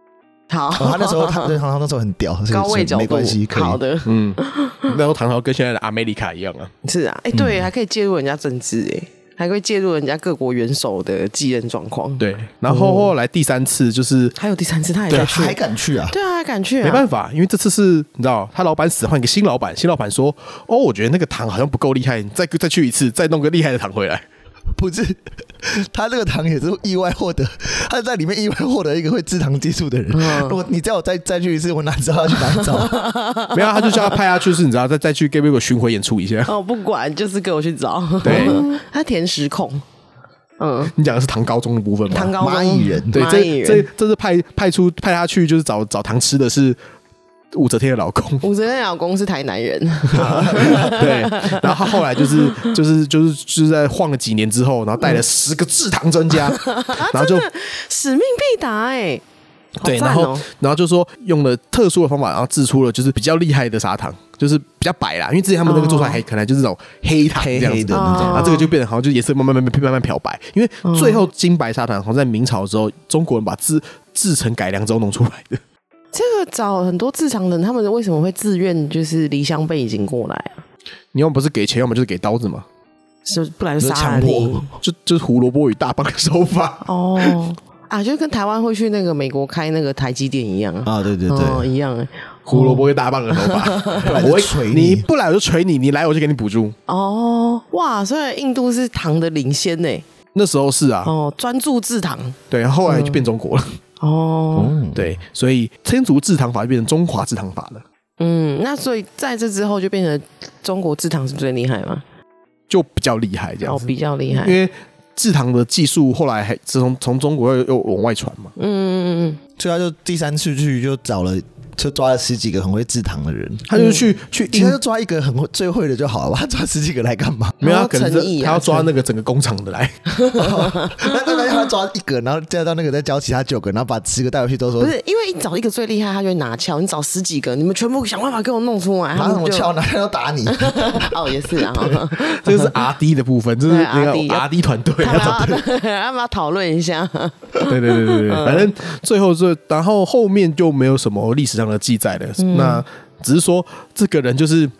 [SPEAKER 3] 好，
[SPEAKER 1] 哦他那时候他对唐朝那时候很屌，所以
[SPEAKER 3] 高位角度，
[SPEAKER 1] 没关系，可以。
[SPEAKER 3] 好
[SPEAKER 1] [laughs]
[SPEAKER 3] 的， [laughs]
[SPEAKER 2] 嗯，那时候唐朝跟现在的 a 美利卡一样啊，
[SPEAKER 3] 是啊，哎、
[SPEAKER 1] 嗯
[SPEAKER 3] 对，还可以介入人家政治、哎，还可以介入人家各国元首的继任状况。，
[SPEAKER 2] 对。然后后来第三次就是
[SPEAKER 3] 还有第三次他还
[SPEAKER 1] 对，
[SPEAKER 3] 在去，
[SPEAKER 1] 还敢去啊？
[SPEAKER 3] 对啊，还敢去、啊，
[SPEAKER 2] 没办法，因为这次是你知道，他老板死换一个新老板，新老板说：“哦，我觉得那个糖好像不够厉害，你再再去一次，再弄个厉害的糖
[SPEAKER 3] [laughs]
[SPEAKER 2] 回来。
[SPEAKER 1] 不是，他这个糖也是意外获得，他在里面意外获得一个会制糖技术的人。
[SPEAKER 3] 嗯
[SPEAKER 1] 如果你叫我再再去一次，我哪知道要去哪里
[SPEAKER 3] [laughs]
[SPEAKER 1] 找？”
[SPEAKER 2] 没有，他就叫他派他去，是你知道，再再去 g a b r i e 巡回演出一下。
[SPEAKER 3] 哦，不管，就是给我去找。
[SPEAKER 2] 对，
[SPEAKER 3] [laughs] 他甜食控，嗯，
[SPEAKER 2] [laughs] 你讲的是唐高中的部分吗？
[SPEAKER 3] 糖高
[SPEAKER 1] 蚂蚁人
[SPEAKER 2] 对，
[SPEAKER 3] 蚂蚁
[SPEAKER 2] 这
[SPEAKER 3] 人
[SPEAKER 2] 这这次派派出派他去，就是找找糖吃的是武则天的老
[SPEAKER 3] [laughs]
[SPEAKER 2] 公。
[SPEAKER 3] 武则天老公是台南人， [laughs]
[SPEAKER 2] [laughs] 对，然后他后来就是就是就是就是在晃了几年之后，然后带了十个制糖专
[SPEAKER 3] [laughs]
[SPEAKER 2] 家，
[SPEAKER 3] 啊
[SPEAKER 2] 然后就
[SPEAKER 3] 使命必达哎、好
[SPEAKER 2] 对，
[SPEAKER 3] 赞
[SPEAKER 2] 然后
[SPEAKER 3] 哦
[SPEAKER 2] 然后就说用了特殊的方法，然后制出了就是比较厉害的砂糖，就是比较白啦，因为之前他们那个做出来还可能就是那种黑糖这样
[SPEAKER 1] 黑黑
[SPEAKER 2] 子
[SPEAKER 1] 的
[SPEAKER 2] 然
[SPEAKER 1] 那种
[SPEAKER 2] 后这个就变得好像就颜色慢慢慢慢慢慢漂白，因为最后金白砂糖好像在明朝的时候，中国人把制制成改良之后弄出来的。
[SPEAKER 3] 这个找很多自强人，他们为什么会自愿就是离乡背景过来啊？
[SPEAKER 2] 你要么不是给钱，要么就是给刀子嘛，
[SPEAKER 3] 是不然就
[SPEAKER 1] 就
[SPEAKER 3] 杀了
[SPEAKER 1] 强
[SPEAKER 3] 你
[SPEAKER 1] 迫
[SPEAKER 2] 就就是胡萝卜与大棒的手法。
[SPEAKER 3] 哦啊，就跟台湾会去那个美国开那个台积电一样啊，
[SPEAKER 1] 啊！对对对，
[SPEAKER 3] 哦一样哎、
[SPEAKER 2] 胡萝卜跟大棒的手法，我会
[SPEAKER 1] 捶
[SPEAKER 2] 你
[SPEAKER 1] 你
[SPEAKER 2] 不来我就捶你，你来我就给你补助。
[SPEAKER 3] 哦哇，所以印度是糖的领先呢、
[SPEAKER 2] 那时候是啊，
[SPEAKER 3] 哦，专注制糖
[SPEAKER 2] 对，后来就变中国了，
[SPEAKER 3] 哦，
[SPEAKER 2] 对，所以天竺制糖法就变成中华制糖法了。
[SPEAKER 3] 嗯，那所以在这之后就变成中国制糖是最厉害嘛？
[SPEAKER 2] 就比较厉害这样
[SPEAKER 3] 哦，
[SPEAKER 2] 子，
[SPEAKER 3] 比较厉害，
[SPEAKER 2] 因为制糖的技术后来还自从从中国又又往外传嘛，
[SPEAKER 3] 嗯嗯嗯
[SPEAKER 1] 所以他就第三次去就找了，就抓了十几个很会制糖的
[SPEAKER 3] 嗯
[SPEAKER 1] 人。
[SPEAKER 2] 他就去、去
[SPEAKER 1] 其实
[SPEAKER 2] 印
[SPEAKER 1] 他就抓一个很会最会的就好了吧，他抓十几个来干
[SPEAKER 3] [laughs]
[SPEAKER 1] 嘛？
[SPEAKER 2] 没有
[SPEAKER 3] 然
[SPEAKER 2] 他
[SPEAKER 3] 后
[SPEAKER 2] 可能
[SPEAKER 3] 诚意
[SPEAKER 2] 是
[SPEAKER 3] 啊
[SPEAKER 2] 他要抓那个整个工厂的
[SPEAKER 3] [laughs]
[SPEAKER 2] 来，
[SPEAKER 1] 那那那他抓一个，然后再到那个再教其他九个，然后把十个带回去都
[SPEAKER 3] 嗯，
[SPEAKER 1] 说
[SPEAKER 3] 不是，因为你找一个最厉害，他就会拿翘；你找十几个，你们全部想办法给我弄出来，
[SPEAKER 1] 拿
[SPEAKER 3] 他
[SPEAKER 1] 什
[SPEAKER 3] 们
[SPEAKER 1] 么
[SPEAKER 3] 就
[SPEAKER 1] 敲，拿什么打你。
[SPEAKER 3] [laughs] 哦，也是啊， [laughs]
[SPEAKER 2] 这个是 R D 的部分，这是
[SPEAKER 3] 对
[SPEAKER 2] 那个
[SPEAKER 3] RD
[SPEAKER 2] R D 团队
[SPEAKER 3] 他
[SPEAKER 2] 要
[SPEAKER 3] 们
[SPEAKER 2] 找
[SPEAKER 3] 要他们要讨论一下，
[SPEAKER 2] 对对对对对，
[SPEAKER 3] 嗯
[SPEAKER 2] 反正最后这，然后后面就没有什么历史上的记载了。
[SPEAKER 3] 嗯
[SPEAKER 2] 那只是说，这个人就是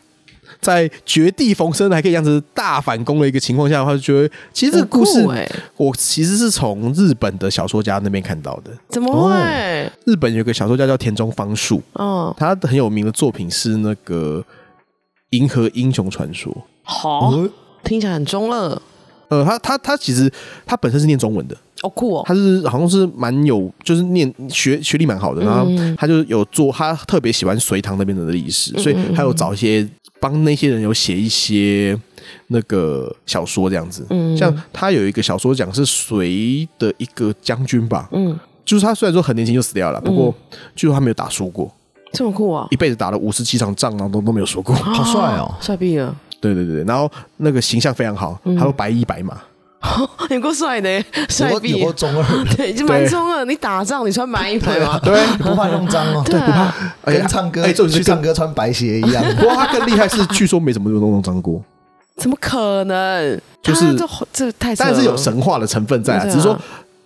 [SPEAKER 2] 在绝地逢生，还可以这样子大反攻的一个情况下，他就觉得其实这个故事
[SPEAKER 3] 很酷，欸
[SPEAKER 2] 我其实是从日本的小说家那边看到的。
[SPEAKER 3] 怎么会？
[SPEAKER 2] 日本有个小说家叫田中芳树，
[SPEAKER 3] 哦，
[SPEAKER 2] 他很有名的作品是那个《银河英雄传说》。
[SPEAKER 3] 好，听起来很中二，
[SPEAKER 2] 呃，他他他其实他本身是念中文的，
[SPEAKER 3] 哦酷哦，
[SPEAKER 2] 他是好像是蛮有，就是念学学历蛮好的，然后他就有做，他特别喜欢隋唐那边的历史，所以他有找一些帮那些人有写一些那个小说这样子。
[SPEAKER 3] 嗯
[SPEAKER 2] 像他有一个小说讲是隋的一个将军吧，
[SPEAKER 3] 嗯，
[SPEAKER 2] 就是他虽然说很年轻就死掉了，不过据说他没有打输过，
[SPEAKER 3] 这么酷啊
[SPEAKER 2] 一，辈子打了五十七场仗，然后都都没有输过。
[SPEAKER 1] 好帅哦！
[SPEAKER 3] 帅毙了，
[SPEAKER 2] 对对对，然后那个形象非常好，他都白衣白马。
[SPEAKER 3] 有够帅的， [laughs] 帅
[SPEAKER 1] 有过有
[SPEAKER 3] 毙
[SPEAKER 1] 过
[SPEAKER 3] 了，
[SPEAKER 1] 中二
[SPEAKER 3] [laughs]
[SPEAKER 1] 的，
[SPEAKER 3] 对，就蛮中二。你打仗你穿白衣服
[SPEAKER 1] [laughs] 啊
[SPEAKER 3] 吗？
[SPEAKER 2] 对，
[SPEAKER 1] 不怕弄脏哦。
[SPEAKER 3] 啊对啊，
[SPEAKER 1] 跟唱歌
[SPEAKER 2] 哎，这种是
[SPEAKER 1] 去
[SPEAKER 2] 更
[SPEAKER 1] 唱歌穿白鞋 [laughs] 一样。
[SPEAKER 2] 不过他更厉害是，据说没怎么有弄脏过，
[SPEAKER 3] 怎么可能？
[SPEAKER 2] 就是
[SPEAKER 3] 他这这太扯
[SPEAKER 2] 但
[SPEAKER 3] 了
[SPEAKER 2] 是有神话的成分在啊，
[SPEAKER 3] 对啊
[SPEAKER 2] 只是说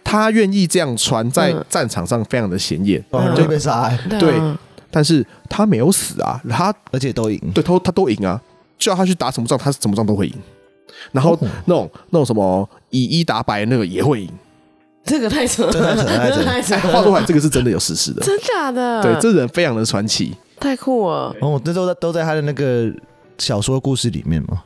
[SPEAKER 2] 他愿意这样穿，在
[SPEAKER 3] 嗯
[SPEAKER 2] 战场上非常的显眼，
[SPEAKER 1] 不然就被杀害，
[SPEAKER 3] 对
[SPEAKER 2] 对
[SPEAKER 3] 啊，
[SPEAKER 2] 但是他没有死啊，他
[SPEAKER 1] [laughs] 而且都赢。
[SPEAKER 2] 对他他都赢啊，叫他去打什么仗，他什么仗都会赢，然
[SPEAKER 3] 哦
[SPEAKER 2] 后那种那种什么以一打百那个也会
[SPEAKER 3] [laughs]
[SPEAKER 2] 赢，
[SPEAKER 3] 这个太扯了，
[SPEAKER 1] 这太扯了
[SPEAKER 3] 这太扯
[SPEAKER 2] 哎，
[SPEAKER 3] 了，
[SPEAKER 2] 话说回来，这个是真的有事实
[SPEAKER 3] [laughs]
[SPEAKER 2] 的，
[SPEAKER 3] 真假的？
[SPEAKER 2] 对，这人非常的传奇，
[SPEAKER 3] 太酷了。
[SPEAKER 1] 哦，这都在都在他的那个小说故事里面嘛。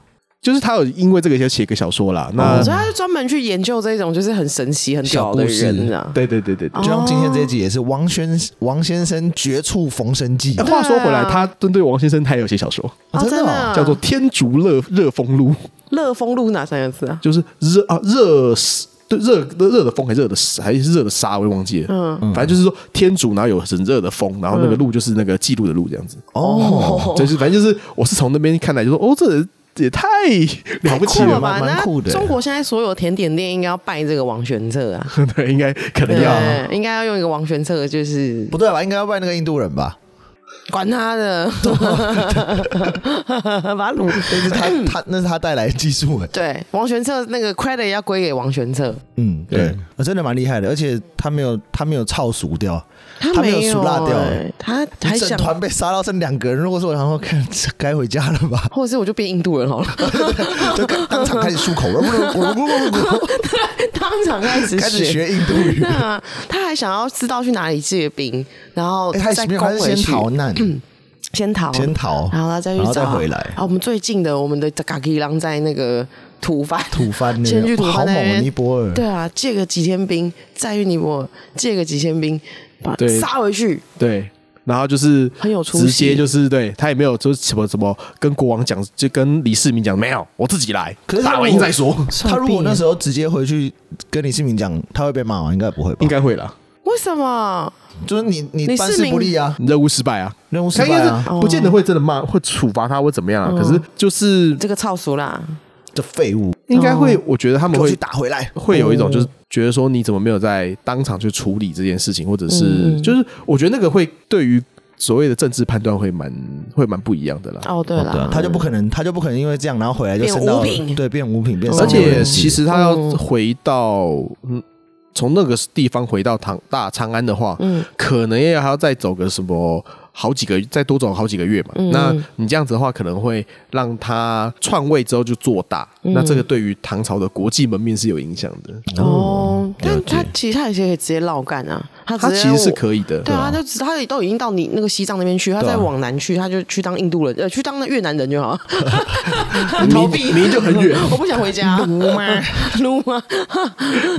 [SPEAKER 2] 就是他有因为这个就写一个小说啦，那
[SPEAKER 3] 哦所以他就专门去研究这种就是很神奇、很屌的人啊。
[SPEAKER 2] 对对对对对
[SPEAKER 1] 就像今天这一集也是王轩王先生绝处逢生记
[SPEAKER 2] 哎，
[SPEAKER 3] 啊
[SPEAKER 2] 话说回来，
[SPEAKER 3] 对啊
[SPEAKER 2] 他针对王先生他也有写小说，
[SPEAKER 1] 哦
[SPEAKER 3] 哦，
[SPEAKER 1] 真的
[SPEAKER 3] 真
[SPEAKER 1] 哦
[SPEAKER 3] 的
[SPEAKER 2] 叫做《天竺热热风录》，
[SPEAKER 3] 乐风路哪三个字啊？
[SPEAKER 2] 就是热啊热死对热热热的风还是热的沙还是热的沙，我也忘记了。嗯，反正就是说天竺，然后有很热的风，然后
[SPEAKER 3] 嗯
[SPEAKER 2] 那个路就是那个记录的路这样子。
[SPEAKER 1] [laughs] 哦，
[SPEAKER 2] 就是反正就是我是从那边看来，就说哦，这人也太了不起
[SPEAKER 3] 酷了
[SPEAKER 2] 了
[SPEAKER 3] 吧？
[SPEAKER 1] 蛮
[SPEAKER 3] 那
[SPEAKER 1] 酷的
[SPEAKER 3] 中国现在所有甜点店应该要拜这个王玄策啊，
[SPEAKER 2] [laughs] 对，应该可能要
[SPEAKER 3] 对，应该要用一个王玄策，就是
[SPEAKER 1] 不对吧？应该要拜那个印度人吧？
[SPEAKER 3] 管
[SPEAKER 1] [laughs]
[SPEAKER 3] 他的，把他撸。
[SPEAKER 1] 但是他
[SPEAKER 3] 嗯
[SPEAKER 1] 他那是他带来的技术哎，
[SPEAKER 3] 对，王玄策那个 credit 要归给王玄策，
[SPEAKER 1] 嗯，对
[SPEAKER 2] 对，
[SPEAKER 1] 呃真的蛮厉害的，而且他没有他没有操熟掉，
[SPEAKER 3] 他
[SPEAKER 1] 没有
[SPEAKER 3] 有
[SPEAKER 1] 熟辣掉
[SPEAKER 3] 欸，他还
[SPEAKER 1] 一整
[SPEAKER 3] 想，，
[SPEAKER 1] 团被杀到剩两个人，如果是我， [laughs] 然后看这该回家了吧 [laughs]
[SPEAKER 3] 或者是我就变印度人好了，
[SPEAKER 1] 就当场开始漱口， [laughs]
[SPEAKER 3] 当场开始
[SPEAKER 1] 开始学印度语 [laughs]
[SPEAKER 3] 对，啊，他还想要知道去哪里借兵，然后
[SPEAKER 1] 哎，他
[SPEAKER 3] 再
[SPEAKER 1] 是没有，他
[SPEAKER 3] 攻
[SPEAKER 1] 是
[SPEAKER 3] 回
[SPEAKER 1] 先
[SPEAKER 3] 去，
[SPEAKER 1] 逃难，
[SPEAKER 3] 先逃，
[SPEAKER 1] 先逃，
[SPEAKER 3] 然后他再去
[SPEAKER 1] 然
[SPEAKER 3] 找，
[SPEAKER 1] 后再回来
[SPEAKER 3] 啊，我们最近的我们的嘎吉郎在那个吐蕃，
[SPEAKER 1] 吐蕃那
[SPEAKER 3] 先
[SPEAKER 1] 边，
[SPEAKER 3] 去吐
[SPEAKER 1] 哇
[SPEAKER 3] 蕃
[SPEAKER 1] 好
[SPEAKER 3] 那
[SPEAKER 1] 猛啊，
[SPEAKER 3] 边
[SPEAKER 1] 尼泊尔，
[SPEAKER 3] 对啊，借个几千兵，再去尼泊尔借个几千兵，把
[SPEAKER 2] 对
[SPEAKER 3] 杀回去，
[SPEAKER 2] 对，然后就是
[SPEAKER 3] 很有出息
[SPEAKER 2] 直接就是对他也没有就是什么什么跟国王讲，就跟李世民讲没有，我自己来，
[SPEAKER 1] 可是他
[SPEAKER 2] 打完
[SPEAKER 1] 如果
[SPEAKER 2] 赢再说， [laughs]
[SPEAKER 1] 他如果那时候直接回去跟李世民讲，他会被骂吗？应该不会吧？
[SPEAKER 2] 应该会了，
[SPEAKER 3] 为什么？
[SPEAKER 1] 就是你你
[SPEAKER 3] 李世
[SPEAKER 1] 办事
[SPEAKER 3] 民
[SPEAKER 1] 不力啊，
[SPEAKER 2] 任务失败啊。
[SPEAKER 1] 任务失
[SPEAKER 2] 他应
[SPEAKER 1] 败
[SPEAKER 2] 该
[SPEAKER 1] 啊
[SPEAKER 2] 是，不见得会真的骂，会处罚他，会怎么样啊？可是就是
[SPEAKER 3] 这个超俗啦，
[SPEAKER 1] 这废物，
[SPEAKER 2] 应该会，我觉得他
[SPEAKER 1] 给
[SPEAKER 2] 们
[SPEAKER 1] 我
[SPEAKER 2] 会
[SPEAKER 1] 去打回来，
[SPEAKER 2] 会有一种就是觉得说你怎么没有在当场去处理这件事情，或者是
[SPEAKER 3] 嗯
[SPEAKER 2] 就是我觉得那个会对于所谓的政治判断会蛮会蛮不一样的啦。
[SPEAKER 3] 哦，对
[SPEAKER 1] 哦对啊
[SPEAKER 3] 啦，
[SPEAKER 1] 他就不可能，他就不可能因为这样，然后回来就升到
[SPEAKER 3] 变无品
[SPEAKER 1] 对，变无品，变
[SPEAKER 3] 哦
[SPEAKER 1] 少
[SPEAKER 2] 而
[SPEAKER 1] 了人
[SPEAKER 2] 且
[SPEAKER 1] 气
[SPEAKER 2] 其实他要
[SPEAKER 3] 嗯
[SPEAKER 2] 回到嗯，从那个地方回到唐大长安的话，
[SPEAKER 3] 嗯，
[SPEAKER 2] 可能也还要再走个什么好几个，再多走好几个月嘛。
[SPEAKER 3] 嗯
[SPEAKER 2] 那你这样子的话，可能会让他篡位之后就做大，
[SPEAKER 3] 嗯
[SPEAKER 2] 那这个对于唐朝的国际门面是有影响的。
[SPEAKER 3] 哦，但
[SPEAKER 1] 解
[SPEAKER 3] 他其实他有些可以直接绕干啊，他
[SPEAKER 2] 他
[SPEAKER 3] 直接
[SPEAKER 2] 其实是
[SPEAKER 3] 我
[SPEAKER 2] 可以的，
[SPEAKER 3] 对啊，他就他也都已经到你那个西藏那边去，他
[SPEAKER 1] 对
[SPEAKER 3] 再
[SPEAKER 1] 啊
[SPEAKER 3] 往南去，他就去当印度人，呃，去当那越南人就好。
[SPEAKER 2] 逃避明明就很远。
[SPEAKER 3] [laughs] 我不想回家，撸吗？撸吗？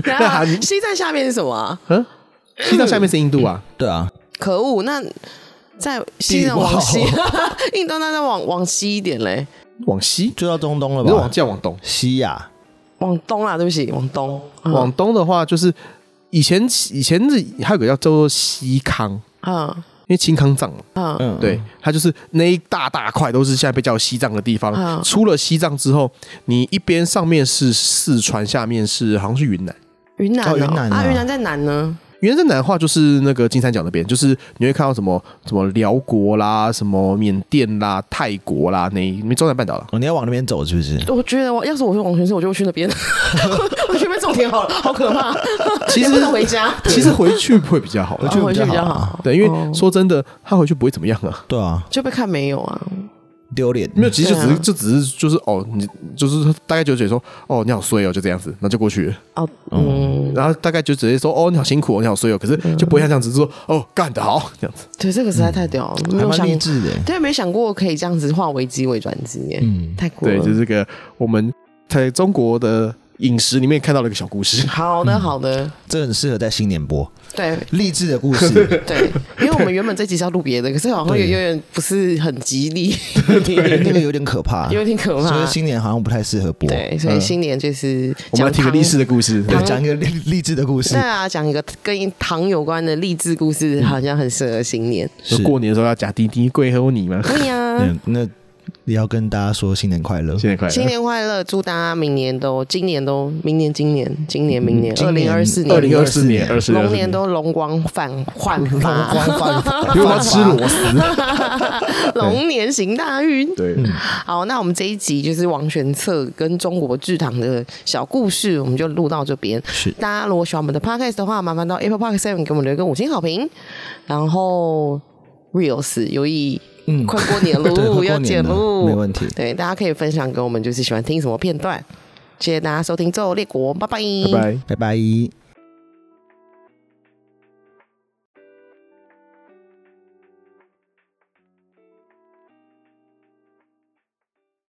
[SPEAKER 3] 然
[SPEAKER 2] 那
[SPEAKER 3] 后
[SPEAKER 2] 还
[SPEAKER 3] 西藏下面是什么啊？
[SPEAKER 2] 嗯，西藏下面是印度啊，
[SPEAKER 1] 对啊，
[SPEAKER 3] 可恶！那在西
[SPEAKER 1] 地
[SPEAKER 3] 藏
[SPEAKER 1] 不好
[SPEAKER 3] 往西， [laughs] 印度那再往往西一点嘞，
[SPEAKER 2] 往西，
[SPEAKER 1] 就到中东了
[SPEAKER 2] 你是往
[SPEAKER 1] 吧？
[SPEAKER 2] 这样往东，
[SPEAKER 1] 西亚
[SPEAKER 3] 往东啊啦，对不起，往东，
[SPEAKER 1] 哦
[SPEAKER 3] 嗯
[SPEAKER 2] 往东的话就是以前以前是还有个叫做西康，
[SPEAKER 3] 嗯
[SPEAKER 2] 因为青康藏嘛，
[SPEAKER 3] 嗯
[SPEAKER 1] 嗯，
[SPEAKER 2] 对，它就是那一大大块都是现在被叫西藏的地
[SPEAKER 3] 嗯
[SPEAKER 2] 方。出了西藏之后，你一边上面是四川，下面是好像是云南。
[SPEAKER 3] 云南哦
[SPEAKER 1] 哦云南啊
[SPEAKER 3] 啊，云南在南呢，
[SPEAKER 2] 云南在南的话，就是那个金三角那边，就是你会看到什么什么辽国啦、什么缅甸啦、泰国啦，那一中南
[SPEAKER 1] [laughs]
[SPEAKER 2] 半岛啦。
[SPEAKER 1] 哦，你要往那边走是不是？
[SPEAKER 3] 我觉得我要是我是王全胜，我就去那边， [laughs] 我去那边种田好了，好可
[SPEAKER 1] [laughs]
[SPEAKER 3] 怕，
[SPEAKER 2] 其
[SPEAKER 3] 也
[SPEAKER 2] 实
[SPEAKER 3] 不能回家，
[SPEAKER 2] 其实回去会比较好
[SPEAKER 1] 回
[SPEAKER 2] 啦
[SPEAKER 1] 去
[SPEAKER 3] 哦回去
[SPEAKER 1] 比
[SPEAKER 3] 比
[SPEAKER 1] 较
[SPEAKER 3] 较
[SPEAKER 1] 好啊
[SPEAKER 3] 好，
[SPEAKER 2] 对，因为
[SPEAKER 3] 哦
[SPEAKER 2] 说真的，他回去不会怎么样啊。
[SPEAKER 1] 对啊，
[SPEAKER 3] 就被看没有啊，
[SPEAKER 1] 丢脸，
[SPEAKER 2] 没有，其实就只是就
[SPEAKER 3] 对啊
[SPEAKER 2] 只是就是哦，你就是大概就觉得说哦，你好衰哦，就这样子，那就过去了。
[SPEAKER 3] 哦，嗯，
[SPEAKER 2] 然后大概就直接说哦，你好辛苦哦，你好衰哦，可是就不会像这样子说哦，干得好这样子。
[SPEAKER 3] 对，这个实在太屌了，没
[SPEAKER 1] 嗯还
[SPEAKER 3] 有
[SPEAKER 1] 蛮
[SPEAKER 3] 想
[SPEAKER 1] 励志的。
[SPEAKER 3] 对，没想过可以这样子化危机为转机耶，
[SPEAKER 1] 嗯，
[SPEAKER 3] 太酷了。
[SPEAKER 2] 对，就是这个我们在中国的饮食里面看到了一个小故事。
[SPEAKER 3] 好
[SPEAKER 1] 嗯
[SPEAKER 3] 的，好的，
[SPEAKER 1] 这很适合在新年播，
[SPEAKER 3] 对，
[SPEAKER 1] 励志的故
[SPEAKER 2] [laughs]
[SPEAKER 1] 事 [laughs]
[SPEAKER 3] 对，因为我们原本这集是要录别的，可是好像有
[SPEAKER 1] 对
[SPEAKER 3] 有点不是很吉
[SPEAKER 1] [laughs]
[SPEAKER 3] 利，
[SPEAKER 1] 那个有点可怕，
[SPEAKER 3] [laughs] 有点可
[SPEAKER 1] 所以
[SPEAKER 3] 怕。
[SPEAKER 1] 新年好像不太适合播。
[SPEAKER 3] 对，所以新年就是
[SPEAKER 2] 嗯我们来
[SPEAKER 3] 讲
[SPEAKER 2] 听个
[SPEAKER 3] 唐
[SPEAKER 2] 历史。的故事，
[SPEAKER 1] 对，讲一个励励志的故事
[SPEAKER 3] 对，啊，讲一个跟唐有关的励志故事，好像很适合新
[SPEAKER 2] [laughs]
[SPEAKER 3] 年。
[SPEAKER 2] 就是过年的时候要夹滴滴贵和你吗？ [laughs] 啊
[SPEAKER 3] 对呀，
[SPEAKER 1] 嗯，那也要跟大家说新年快乐。
[SPEAKER 2] 新年快
[SPEAKER 3] 新
[SPEAKER 2] 乐！
[SPEAKER 3] 年快乐！祝大家明年都、今年都、明年、今年、今年、明年、二
[SPEAKER 1] 今
[SPEAKER 3] 零
[SPEAKER 1] 年
[SPEAKER 3] 二四
[SPEAKER 2] 二
[SPEAKER 3] 年、
[SPEAKER 2] 零二四年，二十
[SPEAKER 3] 龙年都容光焕焕
[SPEAKER 1] [laughs] 放放 [laughs]
[SPEAKER 2] [laughs]
[SPEAKER 3] 发，
[SPEAKER 1] 放，
[SPEAKER 2] 不用要吃螺丝。
[SPEAKER 3] 龙年行大运。
[SPEAKER 2] 对，
[SPEAKER 3] 好，那我们这一集就是王玄策跟中国制糖的小故事，我们就录到这边。
[SPEAKER 1] 是
[SPEAKER 3] 大家如果喜欢我们的 podcast 的话，麻烦到 Apple Podcast 上面给我们留一个五星好评。然后 Reels 有意，
[SPEAKER 1] 嗯
[SPEAKER 3] [laughs] 快过年
[SPEAKER 1] 对，
[SPEAKER 3] 喽，
[SPEAKER 1] 过
[SPEAKER 3] 要
[SPEAKER 1] 年
[SPEAKER 3] 剪
[SPEAKER 1] 了，
[SPEAKER 3] 喽，
[SPEAKER 1] 没问题。
[SPEAKER 3] 对，大家可以分享给我们，就是喜欢听什么片段。谢谢大家收听《最后列国》，拜拜
[SPEAKER 2] 拜拜。
[SPEAKER 1] 拜拜。